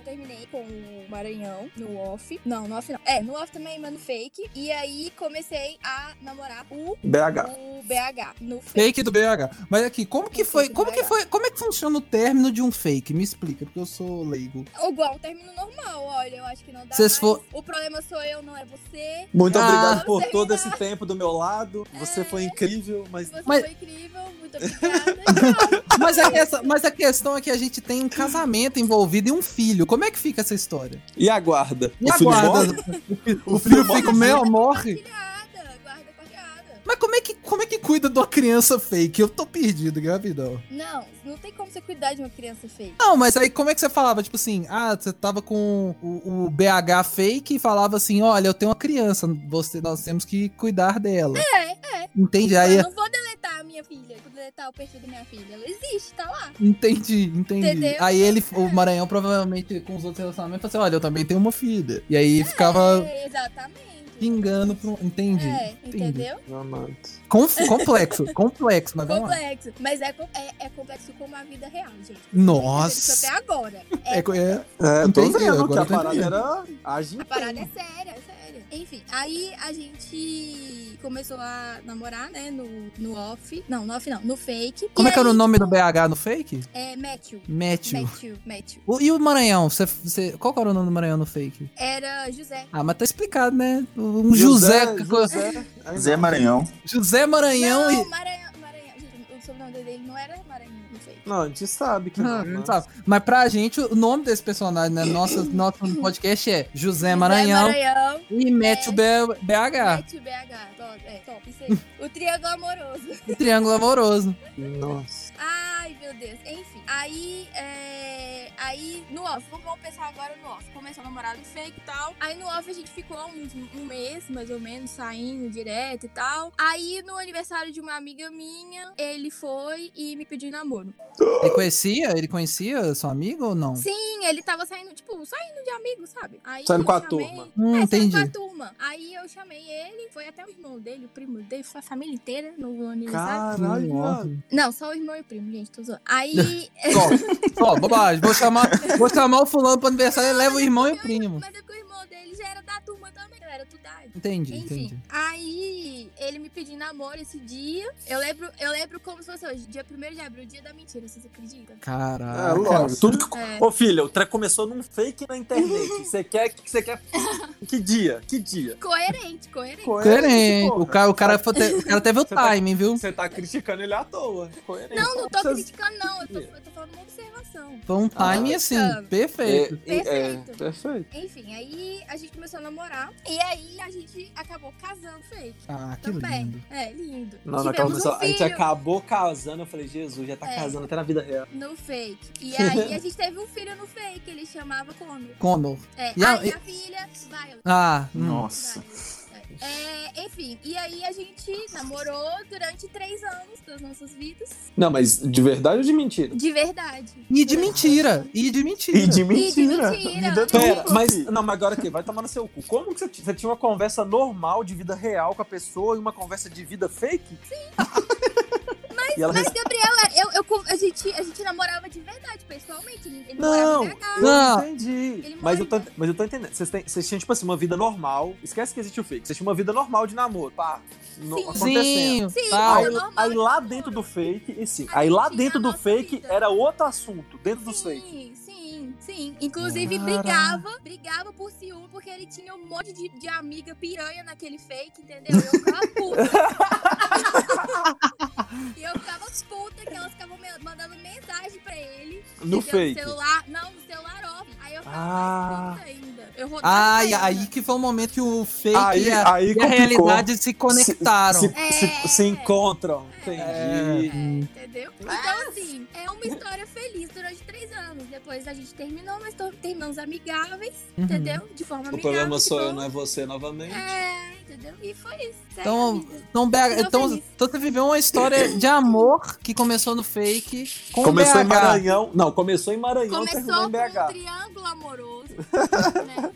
terminei com o Maranhão no off. Não, no off não. É, no off também, mas no fake. E aí comecei a namorar o, BH. o BH no fake. Fake do BH. Mas aqui, como que Fake foi? do Como que BH. foi? Como é que funciona o término de um fake? Me explica, porque eu sou leigo. Igual um término normal, olha, eu acho que não dá Vocês mais. for- O problema sou eu, não é você. Muito Ah. É. obrigado por todo esse tempo do meu lado. Você foi incrível, mas Você Mas- foi incrível, muito (laughs) obrigada. Tchau. Mas a, essa- mas a questão é que a gente tem um casamento envolvido e um filho. Como é que fica essa história? E aguarda. E aguarda? (laughs) O filho fica meio morre. Compartilhada, guarda compartilhada. Mas como é que, como é que cuida de uma criança fake? Eu tô perdido, Gavidão. Não, não tem como você cuidar de uma criança feia. Não, mas aí como é que você falava? Tipo assim, ah, você tava com o, o BH fake e falava assim, olha, eu tenho uma criança, você, nós temos que cuidar dela. É, é. Entendi, aí, Eu não vou deletar a minha filha, vou deletar o perfil da minha filha. Ela existe, tá lá. entendi, entendi. Entendeu? É. Aí ele, o Maranhão provavelmente com os outros relacionamentos, falou assim, olha, eu também tenho uma filha. E aí ficava É, exatamente. pingando pro... Entendi. É, entendeu? Amado. Conf- complexo, complexo, mas vamos lá. Complexo. Mas é, com- é, é complexo como a vida real, gente. Isso Nossa. até agora. É, é- É, eu tô Entendi, vendo que agora a eu tô parada entendendo. era. Age A parada é séria, é séria. Enfim, aí a gente começou a namorar, né? No, no off. Não, no off não, no fake. Como E é que era o aí, nome do BH no fake? É Matthew. Matthew. Matthew, Matthew. O- E o Maranhão? Você, você- qual que era o nome do Maranhão no fake? Era José. Ah, mas tá explicado, né? Um José. José, José. (laughs) Zé Maranhão. Maranhão não, e. Maranhão, Maranhão. Gente, o sobrenome dele não era Maranhão, não sei. Não, a gente sabe que. (laughs) Ah, não né? sabe. Mas pra gente, o nome desse personagem, né? Nosso, nosso podcast é José Maranhão É. José Maranhão. e Matthew B- BH. Matthew BH. Top, é, top, (laughs) isso aí. o triângulo amoroso. o Triângulo Amoroso. Nossa. Ai, meu Deus. Enfim, aí, é... aí no off, vamos vamos pensar agora no off. Começou a namorar no fake e tal. Aí no off a gente ficou uns, um mês, mais ou menos, saindo direto e tal. Aí no aniversário de uma amiga minha, ele foi e me pediu em namoro. Ele conhecia? Ele conhecia seu amigo ou não? Sim, ele tava saindo, tipo, saindo de amigo, sabe? Aí Saindo eu com a chamei- turma. Hum, é, saindo entendi. com a turma. Aí eu chamei ele, foi até o irmão dele, o primo dele, foi a família inteira no aniversário. Caralho, Nossa. viado. Não, só o irmão e o primo, gente, tô zoando. (laughs) Aí. Ó, (laughs) ó, bobagem. Vou chamar, vou chamar o fulano pro aniversário e leva o irmão e o primo. Mas é que o irmão dele já era da turma também, eu era do idade. Entendi, Enfim, entendi. aí ele me pediu namoro esse dia. Eu lembro, eu lembro como se fosse hoje, dia 1 de abril, dia da mentira, vocês acreditam? É, Caralho. lógico. Tudo que... É. Ô, filha, o trem começou num fake na internet. Você quer. Que, você (laughs) quer... que dia? Que dia? Coerente, coerente. Coerente, Coerente. é porra. O cara, o cara, foi te- o cara teve o Você tá- timing, viu? Você tá criticando ele à toa. Coerente. Não, não tô Vocês- criticando, não. Eu tô, eu tô falando uma observação. Foi um timing Ah, assim, tá. perfeito. É, é, Perfeito. perfeito. Enfim, aí a gente começou a namorar. E aí a gente acabou casando fake. Ah, que Também. lindo. lindo. É, lindo. Não, não, calma, Tivemos só, um a gente filho acabou casando. Eu falei, Jesus, já tá É. casando até na vida real. no fake. (laughs) E aí a gente teve um filho no fake, ele chamava como? Connor. É, E a- aí a filha, Violet. Ah, hum. Nossa. É, enfim, e aí a gente namorou durante três anos das nossas vidas. Não, mas de verdade ou de mentira? De verdade. E de mentira. E de mentira. E de mentira. E de mentira. Vida Pera, dupla, mas. fi. Não, tipo assim. mas agora o quê? Vai tomar no seu cu. Como que você, t- você tinha uma conversa normal de vida real com a pessoa e uma conversa de vida fake? Sim. mas, e ela (laughs) Mas, Gabriela, eu, eu com- a, gente, a gente namorava de verdade, pessoalmente. Ele Não, morava em BH. Não. Eu entendi. Ah, Ele Mas eu, morre. tô, mas eu tô entendendo. Vocês têm- vocês tinham, tipo assim, uma vida normal. Esquece que existe o fake. Vocês tinham uma vida normal de namoro, pá. No, Sim. Sim, acontecendo. Sim, tal. mas Aí, é normal. aí lá dentro do fake, e sim. A Aí lá gente tinha dentro a do nossa fake vida. era outro assunto, dentro dos fake. Sim, sim, sim. Inclusive, brigava, brigava por ciúme, porque ele tinha um monte de, de amiga piranha naquele fake, entendeu? Eu ficava puta. e eu ficava puta que elas ficavam me- mandando mensagem pra ele. No entendeu? fake. celular, não, no celular off. Aí eu ficava Ah. mais puta ainda. Eu rodava Ai, ainda. aí que foi o momento que o fake Aí- e a, aí e a complicou. realidade se conectaram. Se, se- se encontram. É, Entendi. entendeu? Então, assim, é uma história feliz durante três anos. Depois a gente terminou, mas to- terminamos amigáveis, Uhum. entendeu? De forma amigável. de boa. é você novamente. É, entendeu? E foi isso. Segue Então, a vida. então, BH, Tô então, feliz. então você viveu uma história de amor que começou no fake com Começou o em BH. Maranhão. Não, começou em Maranhão, terminou Começou em com um BH. triângulo (laughs) amoroso. né?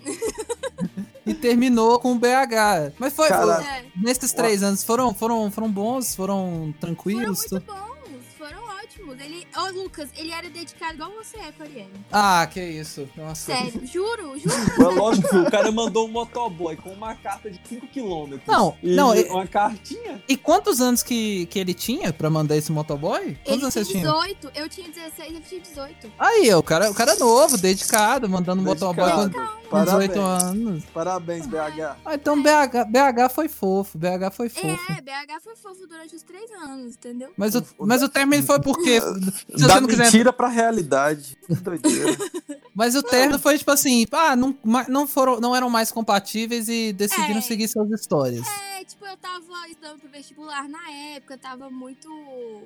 e terminou com o BH. Mas foi, Cara, É, nesses três anos foram, foram, foram bons, foram Foram tranquilos. muito bons, foram ótimos. Ele, ó, Lucas, ele era dedicado igual você é, Coriane. Ah, que isso. Nossa. Sério, juro, juro. É lógico, o cara mandou um motoboy com uma carta de 5km. Não, E não, e, uma é- cartinha? e quantos anos que, que ele tinha pra mandar esse motoboy? Quantos Ele anos tinha você tinha? 18, eu tinha 16, ele tinha 18. Aí, o cara, o cara é novo, dedicado, mandando um Dedicado. motoboy com- com Parabéns. 18 anos. Parabéns, Uhum. BH. Ah, então BH, BH foi fofo, BH foi fofo. É, BH foi fofo durante os três anos, entendeu? Mas o, mas o término foi por (laughs) quê? Se da você não quiser. mentira pra realidade. Que Doideira. (laughs) Mas o término foi tipo assim, ah, não, ma- não, foram, não eram mais compatíveis e decidiram É. seguir suas histórias. É, tipo, eu tava estudando pro vestibular na época, tava muito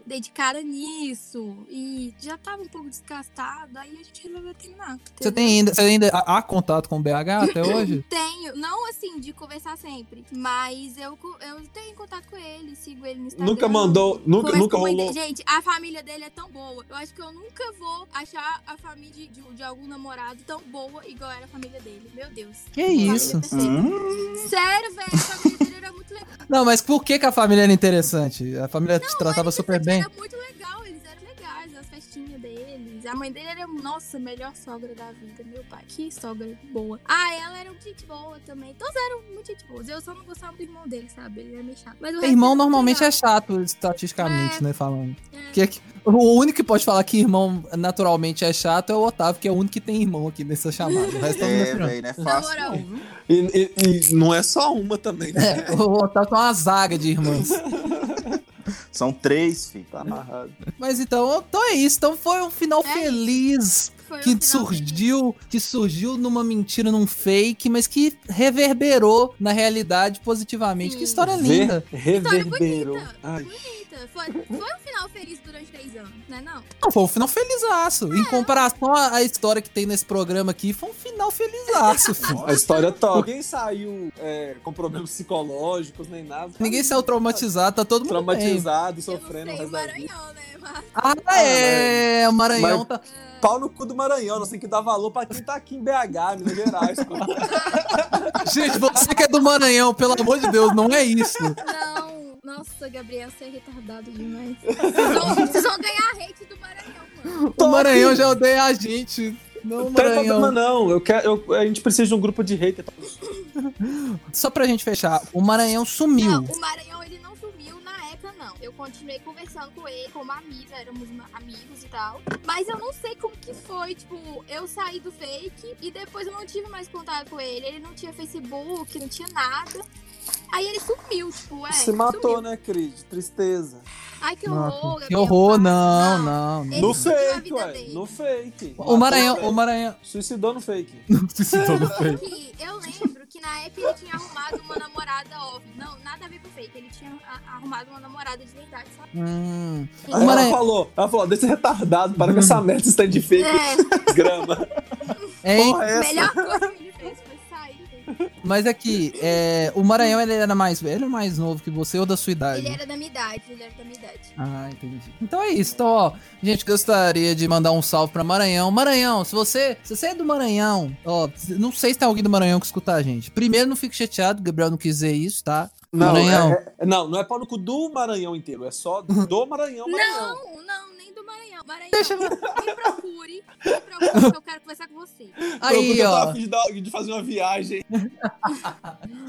dedicada nisso. E já tava um pouco desgastada, aí a gente resolveu terminar. Você entendeu? tem ainda, você ainda há há contato com o BH (laughs) até hoje? Tenho, não assim, de conversar sempre, mas eu, co- eu tenho contato com ele, sigo ele no Instagram. Nunca mandou, nunca, Converso nunca Tá com a mãe dele. rolou. Gente, a família dele é tão boa. Eu acho que eu nunca vou achar a família de, de- de algum namorado tão boa igual era a família dele. Meu Deus. Que Família é isso? perfeita. Hum? Sério, velho, a família dele era muito legal. Não, mas por que, que a família era interessante? A família te tratava Eles super bem. Era muito legal, eles eram legais, as festinhas deles. A mãe dele era, nossa, a melhor sogra da vida, meu pai. Que sogra boa. Ah, ela era muito gente boa também. Todos eram muito gente boa. Eu só não gostava do irmão dele, sabe? Ele era meio chato. Mas o resto um Irmão era normalmente é legal. chato, estatisticamente, né? Falando. né? É. Que é que- o único que pode falar que irmão naturalmente é chato é o Otávio, que é o único que tem irmão aqui nessa chamada. O resto todo mundo É, é, pirão. velho, não é Na fácil. moral, E, e- e não é só uma (laughs) também, né? É, o Otávio é uma zaga de irmãos. São três, filho. (laughs) Tá amarrado. Mas então, então é isso. Então foi um final É feliz foi um que final feliz. surgiu, que surgiu numa mentira, num fake, mas que reverberou na realidade positivamente. Sim. Que história linda. História Reverberou. bonita, Ai, bonita. Foi, foi um final feliz durante três anos, né não? Não, foi um final felizaço. É. Em comparação à à história que tem nesse programa aqui, foi um (laughs) final felizaço. filho. a história é top. Ninguém saiu é, com problemas psicológicos nem nada. Ninguém saiu traumatizado, tá todo mundo bem. traumatizado, Eu não sofrendo. o sei o resto da vida. Maranhão, né? (laughs) Mas Ah, é, o Maranhão Mas- tá... Pau no cu do Maranhão, nós temos que dar valor pra quem tá aqui em BH, Minas Gerais. pô. (laughs) Gente, você que é do Maranhão, pelo amor de Deus, não (laughs) é isso. não. Nossa, Gabriel, você é retardado demais. Vocês vão, vocês vão ganhar hate do Maranhão, mano. O Maranhão já odeia a gente. Não, Não tem Maranhão. problema, não. Eu quero, eu- a gente precisa de um grupo de hater. Só pra gente fechar, o Maranhão Não, sumiu. o Maranhão ele não sumiu na época, não. Eu continuei conversando com ele como amiga, éramos ma- amigos e tal. Mas eu não sei como que foi, tipo, eu saí do fake e depois eu não tive mais contato com ele. Ele não tinha Facebook, não tinha nada. Aí ele sumiu, tipo, é. Se matou, sumiu. né, Cris? Tristeza. Ai, que horror, Que Gabriel, horror, para. não, não. não. né? Ele No sumiu a fake, vida ué. dele. No fake. O Maranhão, o Maranhão. Suicidou no fake. Não se citou no Só É que eu lembro que na época ele tinha arrumado uma namorada óbvio. Não, nada a ver com fake. Ele tinha a- arrumado uma namorada de verdade, sabe? Hum, Aí Mano, ela é- falou, ela falou, deixa retardado, para com essa Hum. merda, stand de (laughs) fake, É, grama. é, Porra, é essa? melhor coisa (laughs) que ele fez foi sair. mas aqui, é, o Maranhão ele era mais velho ou mais novo que você ou da sua idade? Ele era da minha idade, ele era da minha idade. Ah, entendi. Então é isso. Então, ó, gente, gostaria de mandar um salve pra Maranhão. Maranhão, se você, se você é do Maranhão, ó, não sei se tem alguém do Maranhão que escutar a gente. Primeiro, não fique chateado, o Gabriel não quis dizer isso, tá? Não, Maranhão. é- é- não, não é pau no cu do Maranhão inteiro, é só do Maranhão, Maranhão. Não, não, nem do Maranhão. Maranhão, me procure, me procure que eu quero conversar com você. Pronto, Aí, eu tava ó, a fim de, dar- de fazer uma viagem. Não,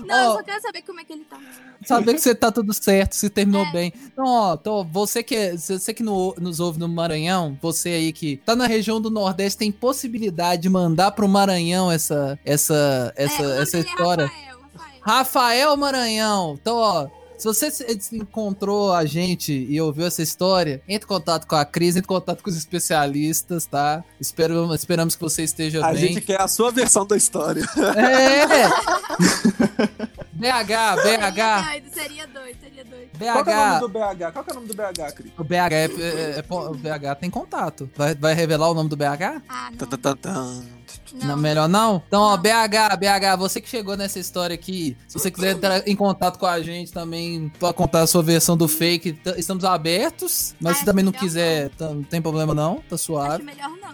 Ó. eu só quero saber como é que ele tá. saber que você tá tudo certo, se terminou É. bem. Então, ó, então, você que, é- se você que no- nos ouve no Maranhão, você aí que tá na região do Nordeste, tem possibilidade de mandar pro Maranhão essa, essa, essa, É, o nome essa dele é história. Rafael, Rafael. Rafael Maranhão. Então, ó, se você se- se encontrou a gente e ouviu essa história, entre em contato com a Cris, entre em contato com os especialistas, tá? Espero, esperamos que você esteja A bem. gente tá- quer a sua versão da história. (laughs) É! BH, BH, Seria doido, seria doido, seria doido. Qual que é o nome BH. do BH? Qual que é o nome do BH, Cris? O BH, é, é- é- o BH tem contato. Vai, vai revelar o nome do BH? Ah, não. Não. Não, melhor não? Então, ó, Não. BH, BH, você que chegou nessa história aqui, se você quiser entrar em contato com a gente também, pra contar a sua versão do fake, t- estamos abertos. Mas Ah, se também não melhor quiser, tá- não tem problema não, tá acho (laughs) é suave. melhor não.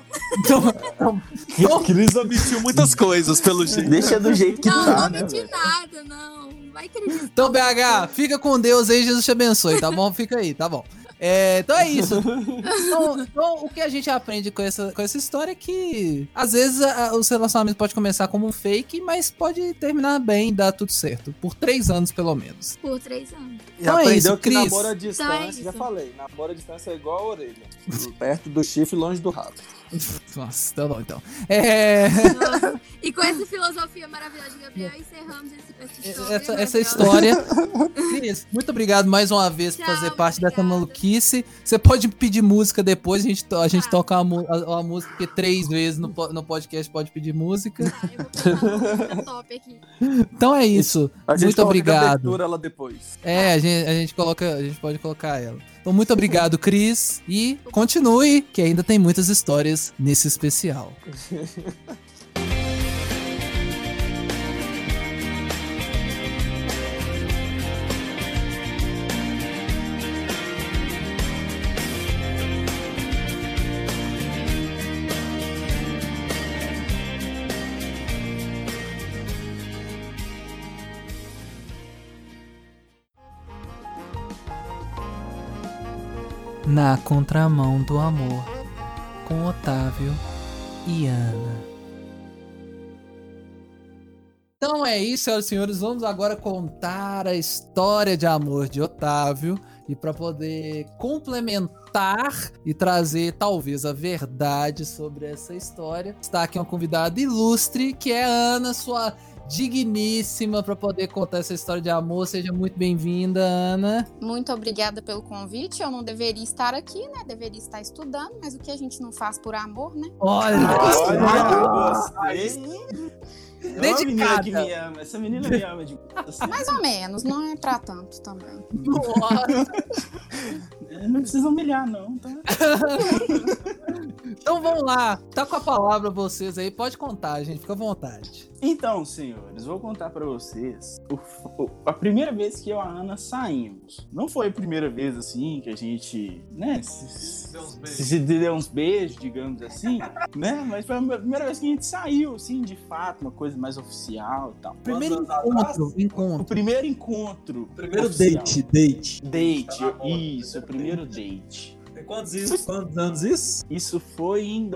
Então, Cris omitiu muitas coisas, pelo jeito. Deixa do jeito que não, tá, não né, menti velho? nada, não. Vai que ele então, BH, fica com Deus aí, Jesus te abençoe, tá bom? Fica aí, tá bom. É, então é isso. Então, então, o que a gente aprende com essa, com essa história é que às vezes a- os relacionamentos podem começar como um fake, mas pode terminar bem e dar tudo certo. Por três anos, pelo menos. por três (laughs) anos. E Então é aprendeu isso, que Cris. namoro à distância, Então é isso. já falei, namoro à distância é igual a orelha. Perto do chifre, longe do rabo. Nossa, tá bom então. É, Nossa. e com essa filosofia maravilhosa de Gabriel, encerramos esse, essa história. essa, essa maravilhosa. (laughs) história. Cris, muito obrigado mais uma vez por Tchau, fazer parte dessa obrigada. maluquice. Você pode pedir música depois, a gente, to- a gente Tá. toca a, mu- a- a música, porque três vezes no, po- no podcast pode pedir música. Tá, eu vou pegar uma top aqui. Então é isso. A gente Muito coloca na obrigado. abertura lá depois. É, a gente, a gente coloca, a gente pode colocar ela. Então, muito obrigado, Cris. (laughs) E continue, que ainda tem muitas histórias nesse especial. Na contramão do amor, com Otávio e Ana. Então é isso, senhoras e senhores. Vamos agora contar a história de amor de Otávio. E para poder complementar e trazer talvez a verdade sobre essa história, está aqui uma convidada ilustre que é a Ana, sua digníssima, para poder contar essa história de amor. Seja muito bem-vinda, Ana. Muito obrigada pelo convite. Eu não deveria estar aqui, né? Deveria estar estudando, mas o que a gente não faz por amor, né? Olha, gostei. É uma menina Dedicada. que me ama. Essa menina me ama de assim, Mais ou menos, não é pra tanto também. Não precisa humilhar, não, tá? Então vamos lá, tá com a palavra vocês aí, pode contar, gente, fica à vontade. Então, senhores, vou contar pra vocês o- o- a primeira vez que eu e a Ana saímos. Não foi a primeira vez assim que a gente, né, se, se- se deu uns beijos, digamos assim, né? Mas foi a primeira vez que a gente saiu, assim, de fato, uma coisa mais oficial e tal. Primeiro anos encontro, O encontro. primeiro encontro. Primeiro oficial. date, date. Date, Tá na moda. isso, o primeiro date. Tem quantos, isso? quantos anos isso? Isso foi em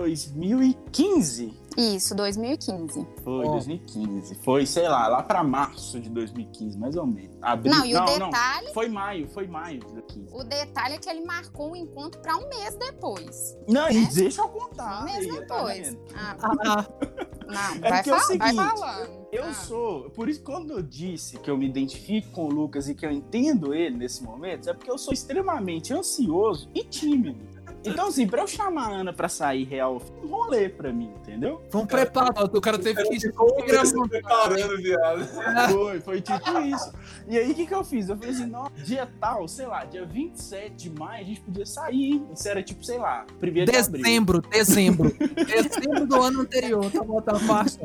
2015. Isso, 2015. Foi, Ó. 2015. Foi, sei lá, lá pra março de 2015, mais ou menos. Abril. Não, e o não, detalhe, Foi maio, foi maio de 2015. o detalhe é que ele marcou o encontro pra um mês depois. Não, e É? deixa eu contar. um mês aí, tá depois. vendo? Ah, Ah, não, (laughs) É vai, porque é o fal- vai seguinte, falando. Eu Ah, sou, por isso quando eu disse que eu me identifico com o Lucas e que eu entendo ele nesse momento, é porque eu sou extremamente ansioso e tímido. Então, assim, pra eu chamar a Ana pra sair real, foi um rolê pra mim, entendeu? Vamos preparar. O cara teve que. um Se preparando, viado. (laughs) Foi, foi tipo isso. E aí, o que, que eu fiz? Eu falei assim, não, dia tal, sei lá, dia 27 de maio, a gente podia sair. Isso era tipo, sei lá, primeiro de abril. Dezembro, dezembro. dezembro do ano anterior. Tá botando parte.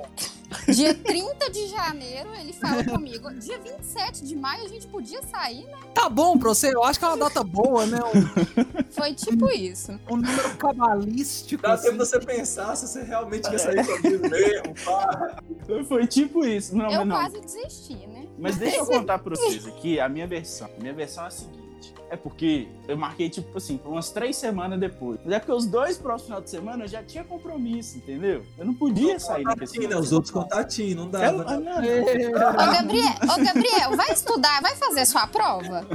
Dia 30 de janeiro, ele (laughs) falou comigo. Dia 27 de maio a gente podia sair, né? Tá bom pra você? Eu acho que é uma data boa, né? Um- Foi tipo isso. Um, número cabalístico. Dá assim. tempo de você pensar se você realmente quer sair comigo mesmo, pá. Foi tipo isso. Não, eu mas não. quase desisti, né? Mas deixa eu contar pra vocês aqui a minha versão. Minha versão é a seguinte. É porque eu marquei, tipo assim, umas três semanas depois. Mas é porque os dois próximos final de semana eu já tinha compromisso, entendeu? Eu não podia sair naquele Sim, né? Os outros contatinhos, não dá. Eu, né? ah, não, Ô, Gabriel, ô, Gabriel, vai estudar, vai fazer sua prova?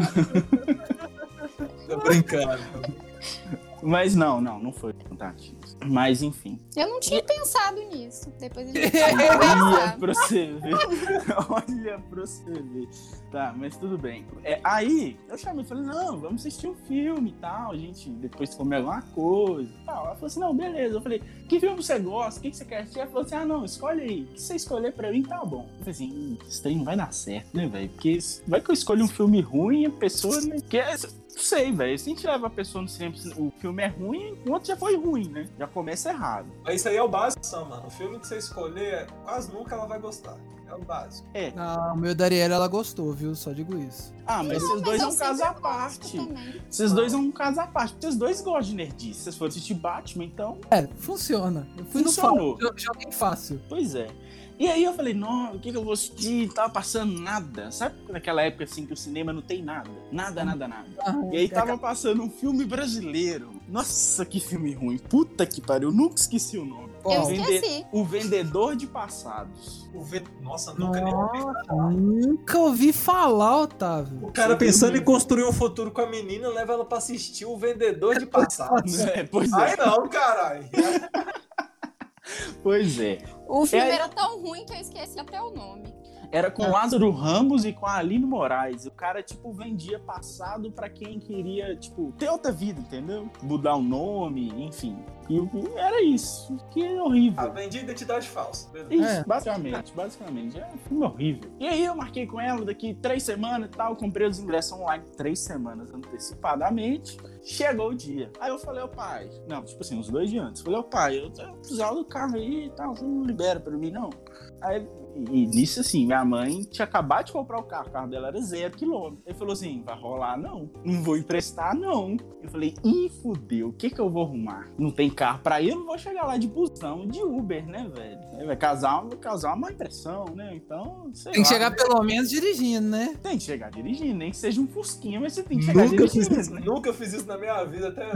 Tô brincando. Mas não, não, não foi contatinho. Mas enfim. Eu não tinha pensado nisso. Depois (laughs) a gente vai conversar. (laughs) Olha pra você ver. Olha pra você ver. Tá, mas tudo bem. É, aí, eu chamei, falei, não, vamos assistir um filme e tal, a gente depois comer alguma coisa e tal. Ela falou assim, não, beleza. Eu falei, que filme você gosta? O que que você quer assistir? Ela falou assim, ah, não, escolhe aí. O que você escolher pra mim, tá bom. Eu falei assim, hum, esse trem não vai dar certo, né, velho? Porque se- vai que eu escolho um filme ruim e a pessoa, né? Que é, não sei, velho. Se a gente leva a pessoa no cinema, se o filme é ruim, o outro já foi ruim, né? Já começa errado. Mas isso aí é o básico, Sam, mano. O filme que você escolher, quase nunca ela vai gostar. É o básico. (laughs) Ah, o meu Dariela, ela gostou, viu? Só digo isso. Ah, mas esses Mas assim, dois é eu um caso à sempre parte. gosto também. Vocês dois são um caso à parte. Vocês dois gostam de nerdice. Vocês foram assistir Batman, então, É, funciona. Eu fui Funcionou. no fácil. Joguei fácil. pois é. E aí eu falei, não, o que, que eu vou assistir? Tava passando nada. Sabe naquela época assim que o cinema não tem nada? Nada, nada, nada. E aí tava passando um filme brasileiro. Nossa, que filme ruim. Puta que pariu, eu nunca esqueci o nome. Eu Ó, esqueci. O Vendedor de Passados. O ve- Nossa, nunca nem Nossa, nunca ouvi falar, Otávio. O cara pensando em construir um futuro com a menina, leva ela pra assistir o vendedor de passado. (laughs) (laughs) É, pois é, Ai não, caralho. pois é. O filme É aí- era tão ruim que eu esqueci até o nome. Era com Lázaro Ramos e com a Aline Moraes. O cara, tipo, vendia passado pra quem queria, tipo, ter outra vida, entendeu? Mudar o nome, enfim. E e era isso. Que Ah, horrível. vendi identidade falsa. Isso, É. basicamente, basicamente. É um filme horrível. E aí eu marquei com ela daqui três semanas e tal, comprei os ingressos online três semanas antecipadamente. Chegou o dia. Aí eu falei, ô pai, não, tipo assim, uns dois dias antes. Falei, ô pai, eu tô precisando do carro aí e tal, você não libera pra mim, não. Aí, e nisso assim, minha mãe tinha acabado de comprar o carro, o carro dela era zero quilômetro. Ele falou assim, vai rolar não, não vou emprestar não. Eu falei, ih, fudeu, o que que eu vou arrumar? Não tem carro pra ir, eu não vou chegar lá de busão, de Uber, né, velho? Aí Vai causar, vai causar uma impressão, né? Então, sei Tem que lá, chegar né? pelo menos dirigindo, né? Tem que chegar dirigindo, nem que seja um fusquinha, mas você tem que chegar Nunca fiz, é dirigindo. né? isso, nunca fiz isso na minha vida até.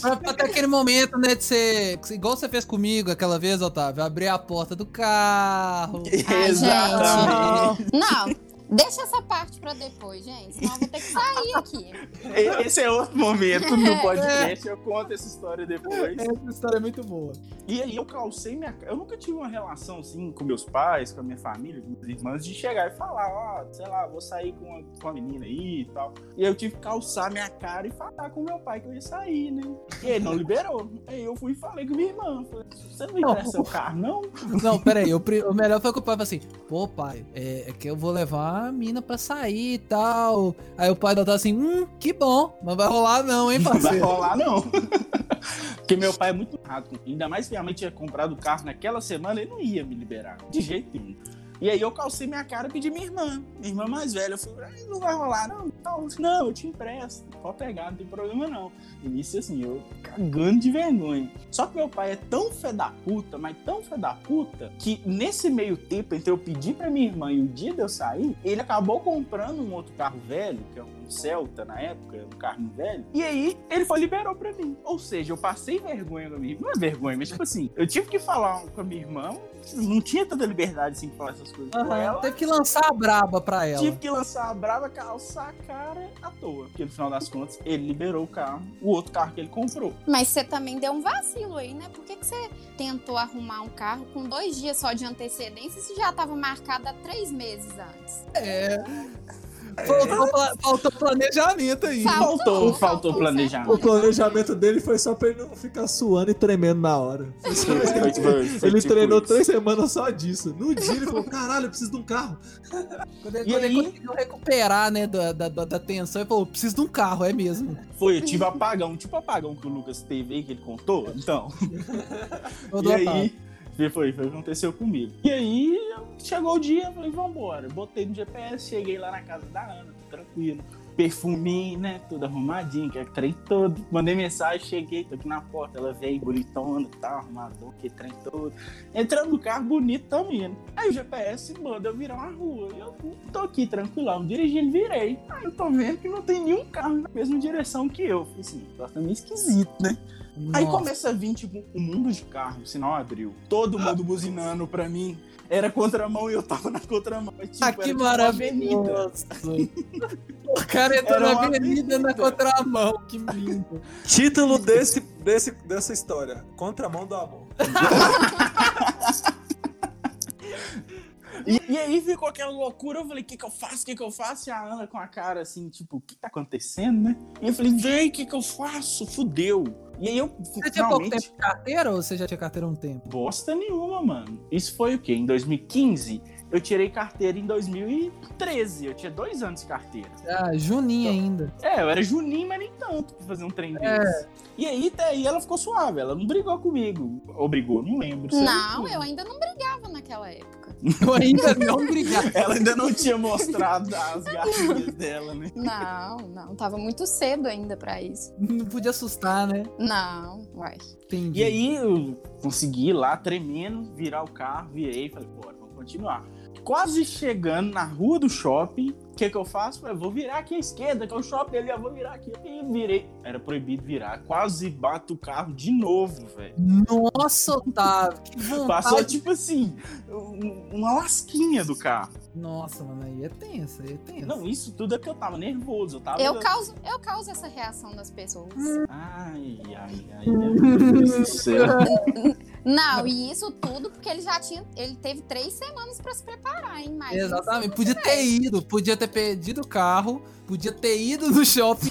Pra- pra ter aquele momento, né, de ser. Igual você fez comigo aquela vez, Otávio. Abrir a porta do carro. Ah, (laughs) Exatamente. Não, deixa essa parte pra depois, gente. Senão eu vou ter que sair aqui. E- Esse é outro momento no podcast, eu conto essa história depois. Essa história é muito boa. E aí eu calcei minha. Eu nunca tive uma relação assim com meus pais, com a minha família, com minhas irmãs, de chegar e falar, ó, sei lá, vou sair com uma, com uma menina aí e tal. E eu tive que calçar minha cara e falar com meu pai que eu ia sair, né? E ele não liberou. Aí eu fui e falei com minha irmã. Falei, você não me empresta seu carro, não? Não, peraí. O, pri- o melhor foi que o pai falou assim: pô, pai, é, é que eu vou levar a mina pra sair e tal. Aí o pai do Otávio assim: hum, que bom. Mas vai rolar não, hein, Não vai parceiro? rolar, não. (laughs) Porque meu pai é muito errado. Ainda mais que minha mãe tinha comprado o carro naquela semana, ele não ia me liberar. De jeito nenhum. E aí eu calcei minha cara e pedi minha irmã. Minha irmã mais velha. Eu falei, "Ai, não vai rolar, não. Então, não, eu te empresto. Pode pegar, não tem problema, não. E nisso, assim, eu cagando de vergonha. Só que meu pai é tão fé da puta, mas tão fé da puta, que nesse meio tempo, entre eu pedir pra minha irmã e o dia de eu sair, ele acabou comprando um outro carro velho, que é um Celta na época, um carro velho. E aí ele foi liberou pra mim. Ou seja, eu passei vergonha com a minha irmã. Não é vergonha, mas tipo assim, eu tive que falar com a minha irmã, não tinha tanta liberdade assim pra falar essas coisas com Aham, ela. Teve que lançar a braba pra ela. Tive que lançar a brava, calçar a cara à toa. Porque no final das contas, ele liberou o carro, o outro carro que ele comprou. Mas você também deu um vacilo aí, né? Por que, que você tentou arrumar um carro com dois dias só de antecedência se já tava marcado há três meses antes? É. Faltou, pla- faltou planejamento aí. Faltou, faltou planejamento. O planejamento dele foi só pra ele não ficar suando e tremendo na hora. Foi- foi- foi- foi Ele tipo treinou isso. três semanas só disso. No dia ele falou: caralho, eu preciso de um carro. Quando ele, E quando ele aí? conseguiu recuperar, né, da, da, da- da tensão, ele falou, preciso de um carro, é mesmo. Foi, eu tive apagão, tipo apagão que o Lucas teve aí, que ele contou. Então, Eu e dou a pau. aí, foi, foi o que aconteceu comigo. E aí, chegou o dia, eu falei, vambora. Botei no GPS, cheguei lá na casa da Ana, tranquilo. Perfuminho, né? Tudo arrumadinho, que é trem todo. Mandei mensagem, cheguei, tô aqui na porta. Ela veio bonitona, tá arrumadona, que trem todo. Entrando no carro, bonito também. né? Aí o GPS manda eu virar uma rua. Eu tô aqui, tranquilão, dirigindo, virei. Aí eu tô vendo que não tem nenhum carro na mesma direção que eu. Falei assim, tá meio esquisito, né? Aí Nossa. começa a vir, tipo, um mundo de carro, o sinal abriu. Todo mundo buzinando pra mim. Era contramão e eu tava na contramão. Mas, Tipo, Ah, era que tipo uma avenida. maravilhoso. o cara entrou Era na uma avenida na avenida. contramão, que lindo. Título desse, desse, dessa história: Contramão do Amor. E, e aí ficou aquela loucura. Eu falei, o que que eu faço? O que que eu faço? E a Ana com a cara assim, tipo, o que tá acontecendo, né? E eu falei, véi, o que que eu faço? Fudeu. E aí eu, Você tinha é pouco finalmente... tempo de carteira ou você já tinha carteira há um tempo? Bosta nenhuma, mano. Isso foi o quê? Em 2015? Eu tirei carteira em 2013. Eu tinha dois anos de carteira. Ah, Juninho ainda. É, eu era juninho, mas nem tanto pra fazer um trem desse. É. E aí, até aí, ela ficou suave. Ela não brigou comigo. Ou brigou, não lembro. sei lá. Não, eu ainda não brigava naquela época. Eu ainda não brigava. Ela ainda não tinha mostrado as garrinhas dela, né? Não, não, tava muito cedo ainda pra isso. Não podia assustar, né? Não, uai. Entendi. E aí, eu consegui lá, tremendo, virar o carro, virei e falei, bora, vamos continuar. Quase chegando na rua do shopping, o que que eu faço? Eu vou virar aqui à esquerda, que é o shopping ali, eu vou virar aqui. E virei. Era proibido virar. Quase bato o carro de novo, velho. Nossa, Otávio, que vontade. Passou, tipo assim, um- uma lasquinha do carro. Nossa, mano, aí é tenso, aí é tenso. Não, isso tudo é porque eu tava nervoso. Eu tava. Eu causo, eu causo essa reação das pessoas. Ai, ai, ai, meu Deus do céu. Não, e isso tudo porque ele já tinha. Ele teve três semanas pra se preparar, hein? Mas Exatamente, podia ter ido, podia ter pedido o carro, podia ter ido no shopping.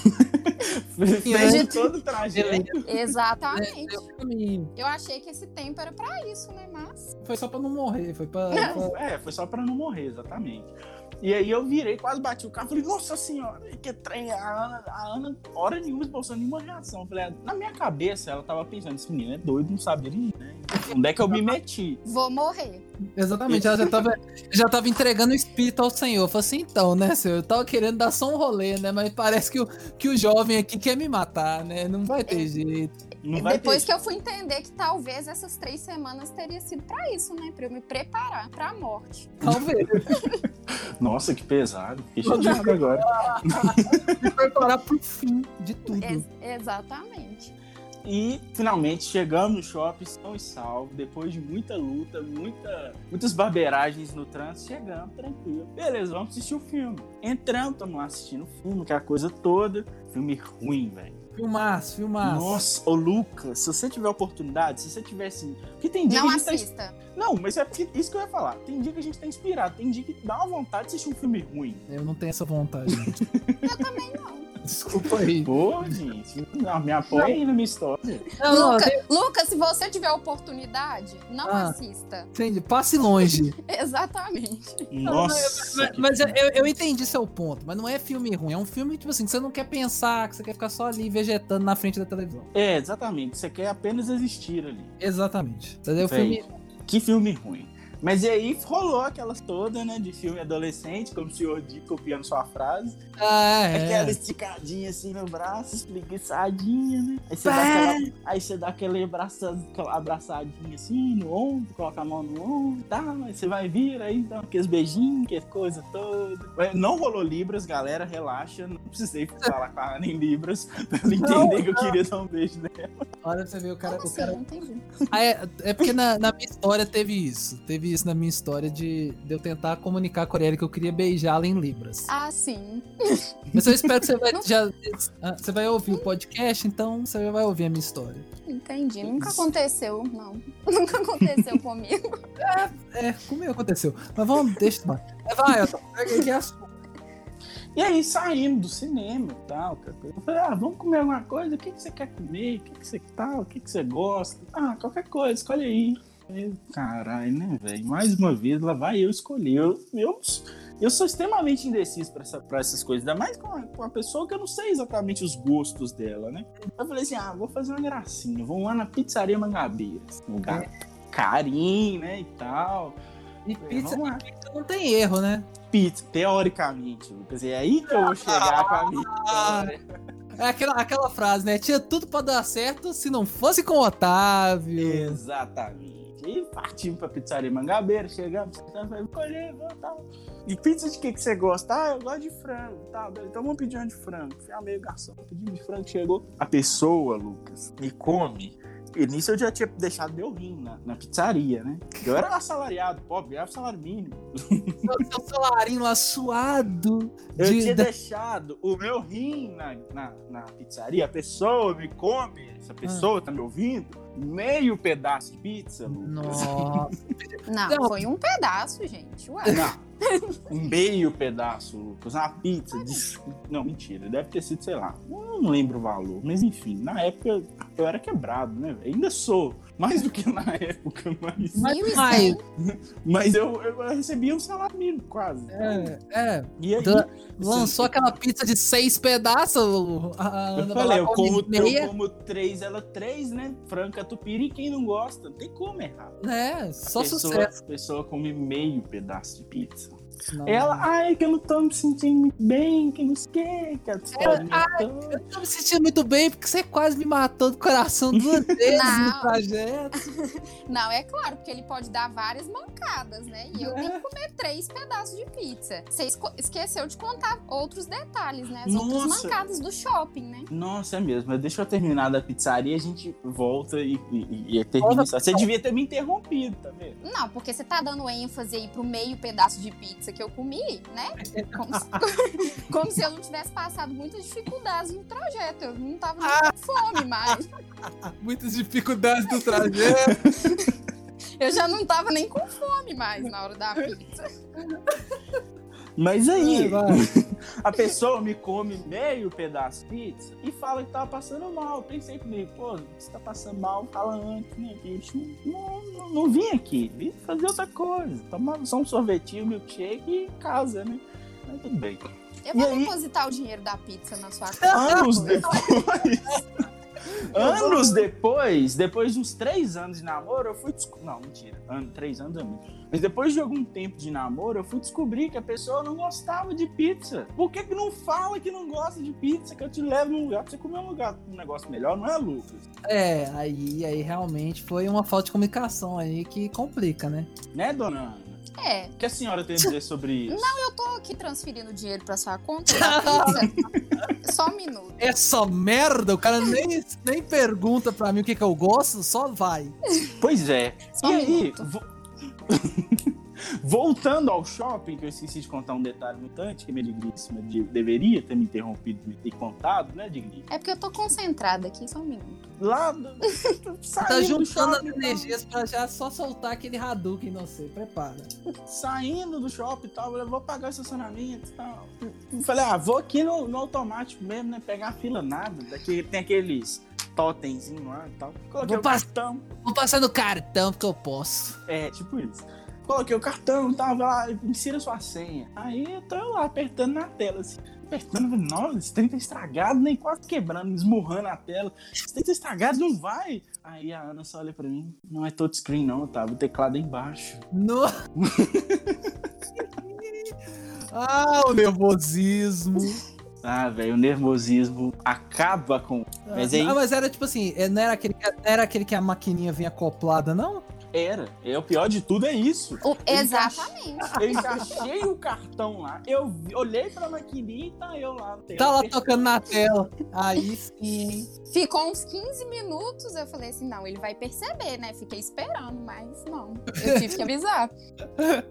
Fez um todo o trajeto. Exatamente. Eu, pra mim, Eu achei que esse tempo era pra isso, né? Mas. né? foi só pra não morrer, foi pra. pra- É, foi só pra não morrer, exatamente. E aí eu virei, quase bati o carro, falei, nossa senhora, que trem, a Ana, a Ana, hora nenhuma, esboçou nenhuma reação. Eu Falei, "Ah, na minha cabeça, ela tava pensando, esse menino é doido, não sabe dirigir, né? Onde é que eu me meti? Vou morrer. Exatamente, ela já tava, já tava entregando o espírito ao Senhor. Falei assim, então, né, senhor? Eu tava querendo dar só um rolê, né? Mas parece que o, que o jovem aqui quer me matar, né? Não vai ter jeito. Não vai Depois ter. que eu fui entender que talvez essas três semanas teria sido pra isso, né? Pra eu me preparar pra morte. Talvez. Nossa, que pesado. Fiquei chateado agora. Me preparar pro fim de tudo. Ex- exatamente. Uhum. E finalmente chegamos no shopping, são e salvo, depois de muita luta, muita, muitas barbeiragens no trânsito, chegamos tranquilo. Beleza, vamos assistir o filme. Entramos, estamos lá assistindo o filme, que é a coisa toda. Filme ruim, velho. Filmaço, filmaço. Nossa, ô Lucas, se você tiver oportunidade, se você tivesse. Porque tem dia Não que a gente tá assista. Não, mas é porque isso que eu ia falar. Tem dia que a gente tá inspirado, tem dia que dá uma vontade de assistir um filme ruim. Eu não tenho essa vontade. gente. Eu também não. Desculpa aí. Pô, gente, não, me apoia aí na minha história. Não, não, Luca- Lucas, se você tiver a oportunidade, não Ah. assista. (laughs) entendi. Passe longe. Exatamente. Nossa. Mas, que- mas é- eu, eu- eu entendi seu ponto, mas não é filme ruim, é um filme, tipo assim, que você não quer pensar, que você quer ficar só ali vegetando na frente da televisão. É, exatamente. Você quer apenas existir ali. Exatamente. Mas é o Véi, filme. Que filme ruim. Mas e aí rolou aquela toda, né, de filme adolescente, como o senhor disse, copiando sua frase. Ah, é. Aquela esticadinha assim no braço, espreguiçadinha, né? Aí você, dá aquela, aí você dá aquela abraça- aquela abraçadinha assim no ombro, coloca a mão no ombro e tal. Aí você vai vir, aí dá aqueles beijinhos, aquelas coisa toda. Mas Não rolou Libras, galera, relaxa. Não precisei falar com a Ana em Libras pra ela entender que eu queria dar um beijo nela. Olha pra você ver o cara. Como O assim? cara... Não entendi. Ah, é, é porque na, na minha história teve isso. Teve isso na minha história de, de eu tentar comunicar com a Aurélia que eu queria beijá-la em Libras. Ah, sim. Mas eu espero que (laughs) você vai, já, ah, você vai ouvir o podcast, então você já vai ouvir a minha história. Entendi. Nunca aconteceu, não. (laughs) Nunca aconteceu comigo. É, comigo aconteceu. Mas vamos, deixa eu tomar. Vai, Elton, pega aí que é a sua. E aí saímos do cinema e tal. cara. Eu falei, ah, vamos comer alguma coisa? O que, que você quer comer? O que, que você tal? O que, que você gosta? Ah, qualquer coisa, escolhe aí. Eu, Caralho, né, velho? Mais uma vez, lá vai eu escolher. Eu, eu, eu sou extremamente indeciso pra, essa- pra essas coisas, ainda mais com a, com a pessoa que eu não sei exatamente os gostos dela, né? Eu falei assim: ah, vou fazer uma gracinha, vamos lá na Pizzaria Mangabeira. esse Lugar carinho, né, e tal. É. E Falei, pizza, vamos lá. pizza não tem erro, né? Pizza, teoricamente, Lucas. E é aí que eu vou chegar com a minha história. É aquela, aquela frase, né? Tinha tudo pra dar certo se não fosse com o Otávio. Exatamente. E partimos pra pizzaria Mangabeira, chegamos, sentamos, falei, colher, tal. E pizza de que, que você gosta? Ah, eu gosto de frango, tá, beleza. então vamos pedir uma de frango. Chamei o garçom, pedimos de frango, chegou. A pessoa, Lucas, me come. E nisso eu já tinha deixado meu rim na, na pizzaria, né? Eu era assalariado, pobre, ganhava salário mínimo. Seu, seu salarinho lá suado. Eu de- tinha da- deixado o meu rim na, na, na pizzaria, a pessoa me come, essa pessoa tá me ouvindo, meio pedaço de pizza, Lucas. Nossa. Não, Não. foi um pedaço, gente. Ué. (laughs) Não, um meio pedaço, Lucas, uma pizza. de- Não, mentira, deve ter sido, sei lá, eu não lembro o valor, mas enfim, na época eu era quebrado, né? velho? Ainda sou, mais do que na (laughs) época, mas, mas, Mil e Mas- cem. eu, eu recebia um salário mínimo quase. É, é, E aí, da- lançou aquela pizza de seis pedaços. o- a- a Eu Ana falei, eu Bela come como, eu meia, como três, ela três, né? Franca tupiri, quem não gosta? Não tem como errar. né? Só pessoa, sucesso. Ah. a pessoa come meio pedaço de pizza. Não. Ela, ai, que eu não tô me sentindo muito bem, que não sei o que, que eu tô Ela, me ai, matando. Eu tô me sentindo muito bem porque você quase me matou do (laughs) coração duas vezes no Não. trajeto. Não, é claro, porque ele pode dar várias mancadas, né? E eu tenho que comer três pedaços de pizza. Você esco- esqueceu de contar outros detalhes, né? As outras Nossa. mancadas do shopping, né? Nossa, é mesmo. Mas deixa eu terminar da pizzaria, a gente volta e, e, e- e termina isso. Você devia ter me interrompido, tá vendo? Não, porque você tá dando ênfase aí pro meio pedaço de pizza que eu comi, né? Como se, como se eu não tivesse passado muitas dificuldades no trajeto. Eu não tava nem com fome mais. Muitas dificuldades do trajeto. Eu já não tava nem com fome mais na hora da pizza. Mas aí, Vai, (laughs) a pessoa me come meio pedaço de pizza e fala que tava passando mal. Eu pensei comigo, pô, você tá passando mal, fala antes, né? Que a gente não, não, não vim aqui, vim fazer outra coisa. Tomar só um sorvetinho, milkshake e casa, né? Mas tudo bem. Eu E vou aí? Ah, depositar o dinheiro da pizza (laughs) na sua (laughs) anos conta. depois. anos depois, depois de uns três anos de namoro, eu fui. desco- Não, mentira. Ano, três anos é muito. Mas depois de algum tempo de namoro, eu fui descobrir que a pessoa não gostava de pizza. Por que, que não fala que não gosta de pizza? Que eu te levo num lugar pra você comer um lugar, um negócio melhor, não é, Lucas? É, aí, aí realmente foi uma falta de comunicação aí que complica, né? Né, dona Ana? É, O que a senhora tem a dizer sobre isso? eu tô aqui transferindo dinheiro pra sua conta da pizza. (laughs) Só um minuto. Essa merda, o cara nem, nem pergunta pra mim o que, que eu gosto, só vai. Pois é. Só e um aí, minuto. vo- (laughs) voltando ao shopping, que eu esqueci de contar um detalhe mutante, que minha digníssima de- deveria ter me interrompido e ter contado, né, digníssima? É porque eu tô concentrada aqui, só um minuto. Lá, do- saindo, Tá do juntando as shopping, energias pra já só soltar aquele Hadouken em você, prepara. saindo do shopping e tal, eu vou pagar o estacionamento e tal. Eu falei, ah, vou aqui no, no automático mesmo, né, pegar a fila nada, daqui tem aqueles totemzinhos lá e tal. Coloquei Vou o pass- cartão. Vou passar no cartão porque eu posso. É, tipo isso. Coloquei o cartão, tava lá, insira sua senha. Aí eu tô lá apertando na tela, assim. Apertando, nossa, esse trem tá estragado, nem quase quebrando, esmurrando a tela. Esse trem tá estragado, não vai. Aí a Ana só olha pra mim, não é touchscreen não, tá? O teclado é embaixo. (laughs) No... ah, o nervosismo. Ah, velho, o nervosismo acaba com... Mas aí- Ah, mas era tipo assim, é, não era aquele, que- não era aquele que a maquininha vinha acoplada, não? Era. É, o pior de tudo é isso. O- Ele tá- exatamente. Eu encaixei o cartão lá, eu vi- olhei pra maquininha e tá eu lá. na tela, Tá lá apertando. tocando na tela. Aí sim, hein? Ficou uns 15 minutos, eu falei assim, não, ele vai perceber, né? Fiquei esperando, mas não. Eu tive que avisar.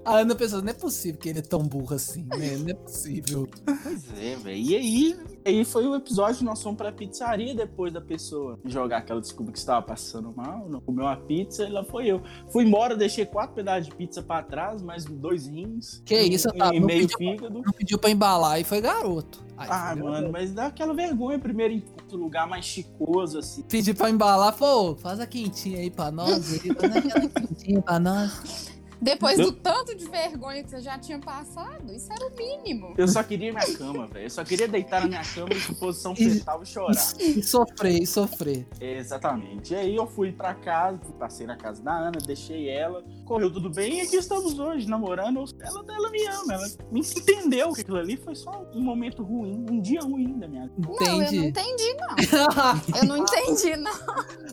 A Ana pensou, não é possível que ele é tão burro assim, né? Não é possível. Pois é, velho. E aí, Aí foi o episódio, nós fomos pra pizzaria depois da pessoa jogar que ela descobriu que estava passando mal, não comeu a pizza e lá foi eu. Fui embora, deixei quatro pedaços de pizza pra trás, mais dois rins. Que e- isso, Otávio, E não meio pediu- né? fígado. Não pediu pra embalar e foi garoto. Aí Ah, foi mano, garoto. mas dá aquela vergonha primeiro encontro, lugar mais chicoso, assim. Pedi pra embalar, pô, faz a quentinha aí pra nós. aí, faz aquela quentinha pra nós. Depois do tanto de vergonha que você já tinha passado, isso era o mínimo. Eu só queria minha cama, velho. Eu só queria deitar na minha cama em posição fetal e chorar. E sofrer, e sofrer. Exatamente. E aí eu fui pra casa, passei na casa da Ana, deixei ela, correu tudo bem e aqui estamos hoje, namorando. Ela, ela me ama, ela me entendeu que aquilo ali foi só um momento ruim, um dia ruim da minha vida. Não, eu não Entendi. entendi, não. (laughs) Eu não entendi, (laughs) não.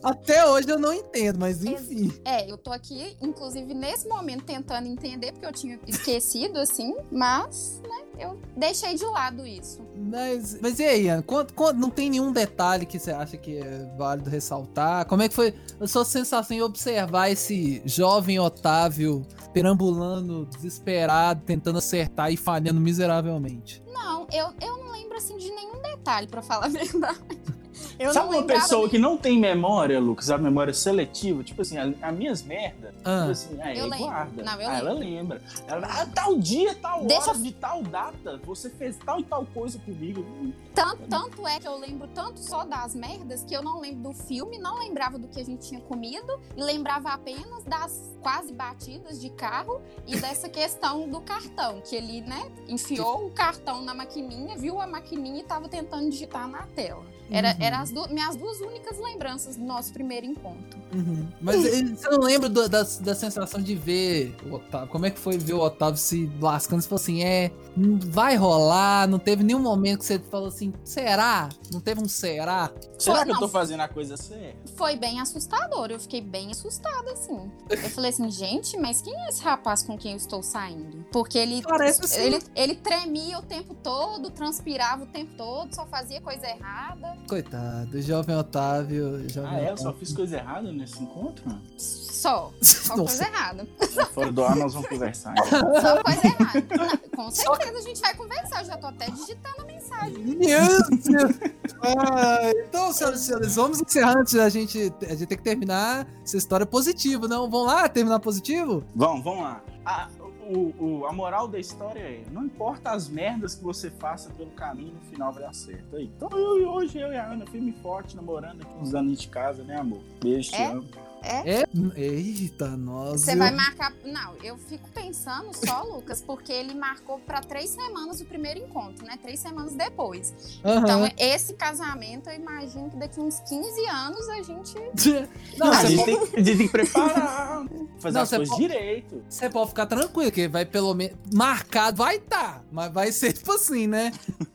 Até hoje eu não entendo, mas enfim. É, eu tô aqui, inclusive, nesse momento, tentando entender, porque eu tinha esquecido, assim, mas, né, eu deixei de lado isso. Mas, mas e aí, Ana? Quanto- quanto- não tem nenhum detalhe que você acha que é válido ressaltar? Como é que foi a sua sensação em observar esse jovem Otávio perambulando, desesperado, tentando acertar e falhando miseravelmente? Não, eu, eu não lembro, assim, de nenhum detalhe, pra falar a (laughs) verdade. Eu Sabe uma lembrava pessoa que não tem memória, Lucas, a memória seletiva? Tipo assim, a- as minhas merdas, Ah. tipo assim, aí Eu lembro. guarda. Não, eu Ah, ela lembra. Ela, ah, tal dia, tal Deixa hora, de tal data, você fez tal e tal coisa comigo. Tanto, tanto é que eu lembro tanto só das merdas que eu não lembro do filme, não lembrava do que a gente tinha comido, e lembrava apenas das quase batidas de carro e dessa questão do cartão, que ele, né, enfiou o cartão na maquininha, viu a maquininha e tava tentando digitar na tela. Era, era as du- minhas duas únicas lembranças do nosso primeiro encontro. Uhum. Mas eh, você não lembra do- da, da sensação de ver o Otávio? Como é que foi ver o Otávio se lascando? Você falou assim, é, hum, vai rolar, não teve nenhum momento que você falou assim, será? Não teve um será? Será Foi, que eu tô não. fazendo a coisa certa? Foi bem assustador, eu fiquei bem assustada, assim. Eu falei assim, gente, mas quem é esse rapaz com quem eu estou saindo? Porque ele Parece assim. Ele, ele tremia o tempo todo, transpirava o tempo todo, só fazia coisa errada. Coitado, jovem Otávio. Jovem Ah, é? Eu Otávio. só fiz coisa errada nesse encontro? mano? Só. Só (laughs) Nossa. coisa errada. Fora do ar, nós vamos conversar. (laughs) então. Só coisa errada. Não, com certeza a gente vai conversar. Eu já tô até digitando a mensagem. Ah, então, senhoras e senhores, vamos encerrar antes da gente. A gente tem que terminar essa história positiva, não? Vamos lá terminar positivo? Vamos, vamos lá. A, o- o- a moral da história é: não importa as merdas que você faça pelo caminho, no final vai dar certo. Aí, Então, eu, e hoje eu e a Ana, firme e forte, namorando aqui uns anos de casa, né, amor? Beijo, te É? amo. É? Eita, nós. Você vai marcar. Não, eu fico pensando só, Lucas, porque ele marcou pra três semanas o primeiro encontro, né? Três semanas depois. Então, esse casamento, eu imagino que daqui uns 15 anos a gente. (laughs) Não, Ah, a, você gente pode, tem, a gente tem que (laughs) preparar, fazer Não, as você coisas pode- direito. você pode ficar tranquilo, que vai pelo menos. Marcado vai tá, mas vai ser tipo assim, né?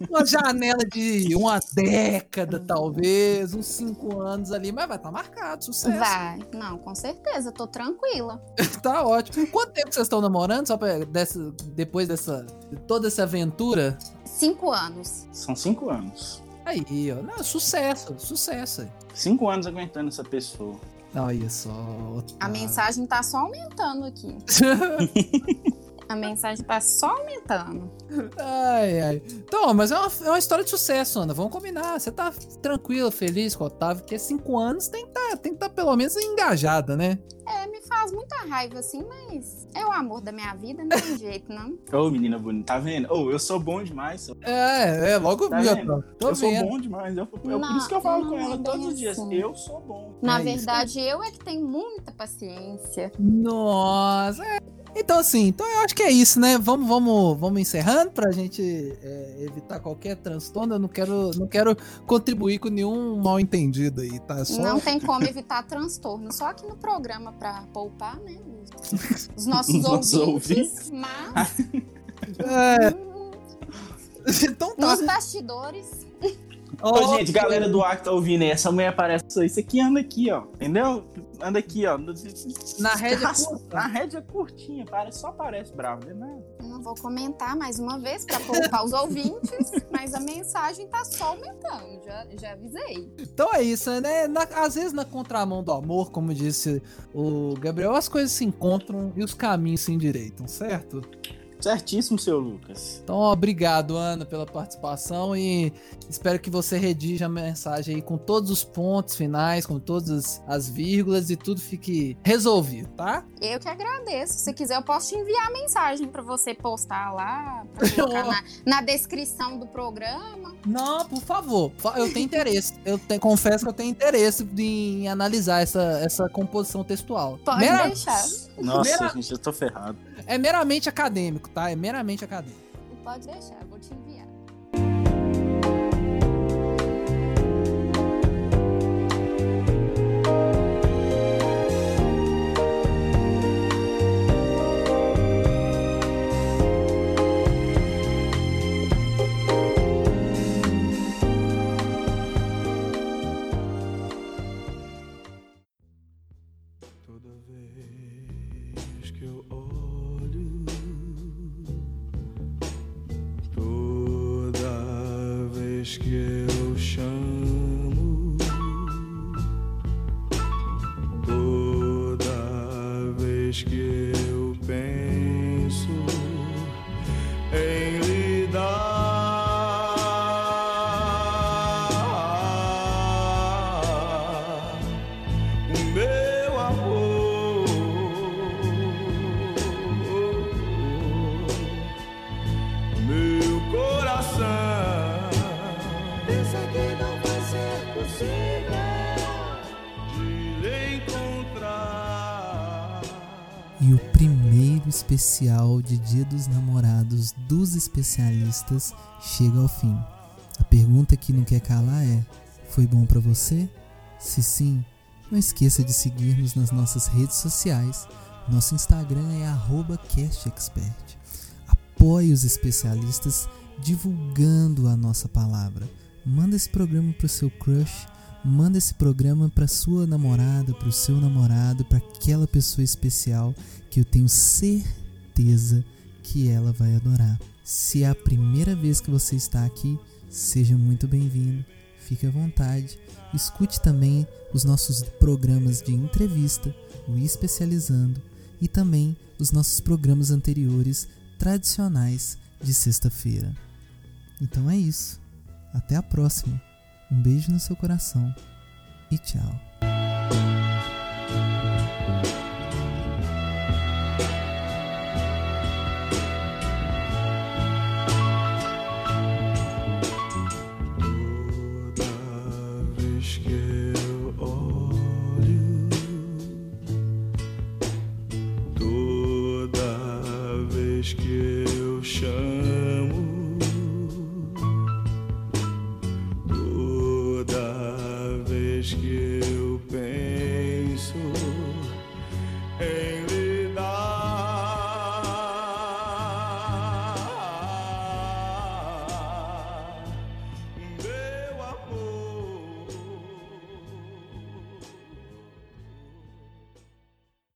Uma janela de uma década, talvez, uns cinco anos ali, mas vai estar tá marcado, sucesso. Vai. Não, com certeza, eu tô tranquila. Tá ótimo. Quanto tempo vocês estão namorando? Só pra, dessa, depois dessa. de toda essa aventura? Cinco anos. São cinco anos. Aí, ó. Não, sucesso, sucesso. Cinco anos aguentando essa pessoa. Não, Olha só. Ah. A mensagem tá só aumentando aqui. A mensagem tá só aumentando. (laughs) ai, ai. Então, mas é uma, é uma história de sucesso, Ana. Vamos combinar. Você tá tranquila, feliz com o Otávio, porque cinco anos tem que tá, tem que tá pelo menos engajada, né? É, me faz muita raiva assim, mas é o amor da minha vida, não tem jeito, não. Ô, menina bonita, tá vendo? Ô, eu sou bom demais. Eu, É, é, logo Tá vi, vendo? Otávio. Tô eu sou vendo. bom demais. Eu, eu- por Não, isso que eu falo não com ela é bem todos os dias. assim. Eu sou bom. Na É isso. verdade, eu é que tenho muita paciência. Nossa. é. Então, assim, então eu acho que é isso, né? Vamos, vamos, vamos encerrando pra gente é, evitar qualquer transtorno. Eu não quero, não quero contribuir com nenhum mal entendido aí, tá? Só (laughs) Não tem como evitar transtorno. Só aqui no programa pra poupar, né? os- Os nossos Os nossos ouvintes. Mas é. (laughs) então tá. nos bastidores. Ô, gente, galera do ar que tá ouvindo aí, essa mulher aparece só isso aqui, anda aqui, ó. Entendeu? Anda aqui, ó. Na rédea Nossa, curta. Na rédea curtinha, parece, só parece bravo, né? Eu Não vou comentar mais uma vez pra poupar os ouvintes, mas a mensagem tá só aumentando. Já, já avisei. Então é isso, né? Na- às vezes na contramão do amor, como disse o Gabriel, as coisas se encontram e os caminhos se endireitam, certo? Certíssimo, seu Lucas. Então, ó, obrigado, Ana, pela participação e espero que você redija a mensagem aí com todos os pontos finais, com todas as vírgulas e tudo fique resolvido, tá? Eu que agradeço. Se quiser, eu posso te enviar a mensagem pra você postar lá, pra colocar na, na descrição do programa. Não, por favor, fa- eu tenho interesse. Eu te- confesso que eu tenho interesse em analisar essa, essa composição textual. Pode Mera- deixar. Nossa, gente, eu tô ferrado. É meramente acadêmico, tá? É meramente acadêmico. Pode deixar, eu vou te enviar. Toda vez que eu olho, toda vez que eu chamo, toda vez que eu penso em lidar o meu amor, meu coração. Pensa que não vai ser possível de lhe encontrar. E o primeiro especial de Dia dos Namorados dos especialistas chega ao fim. A pergunta que não quer calar é: foi bom pra você? Se sim, não esqueça de seguir-nos nas nossas redes sociais. Nosso Instagram é arroba castexpert. Apoie os especialistas divulgando a nossa palavra. Manda esse programa pro seu crush, manda esse programa pra sua namorada, pro seu namorado, pra aquela pessoa especial que eu tenho certeza que ela vai adorar. Se é a primeira vez que você está aqui, seja muito bem-vindo. Fique à vontade. Escute também os nossos programas de entrevista, o Especializando, e também os nossos programas anteriores tradicionais de sexta-feira. Então é isso. Até a próxima. Um beijo no seu coração e tchau. Toda vez que eu olho, toda vez que eu chamo, toda vez que eu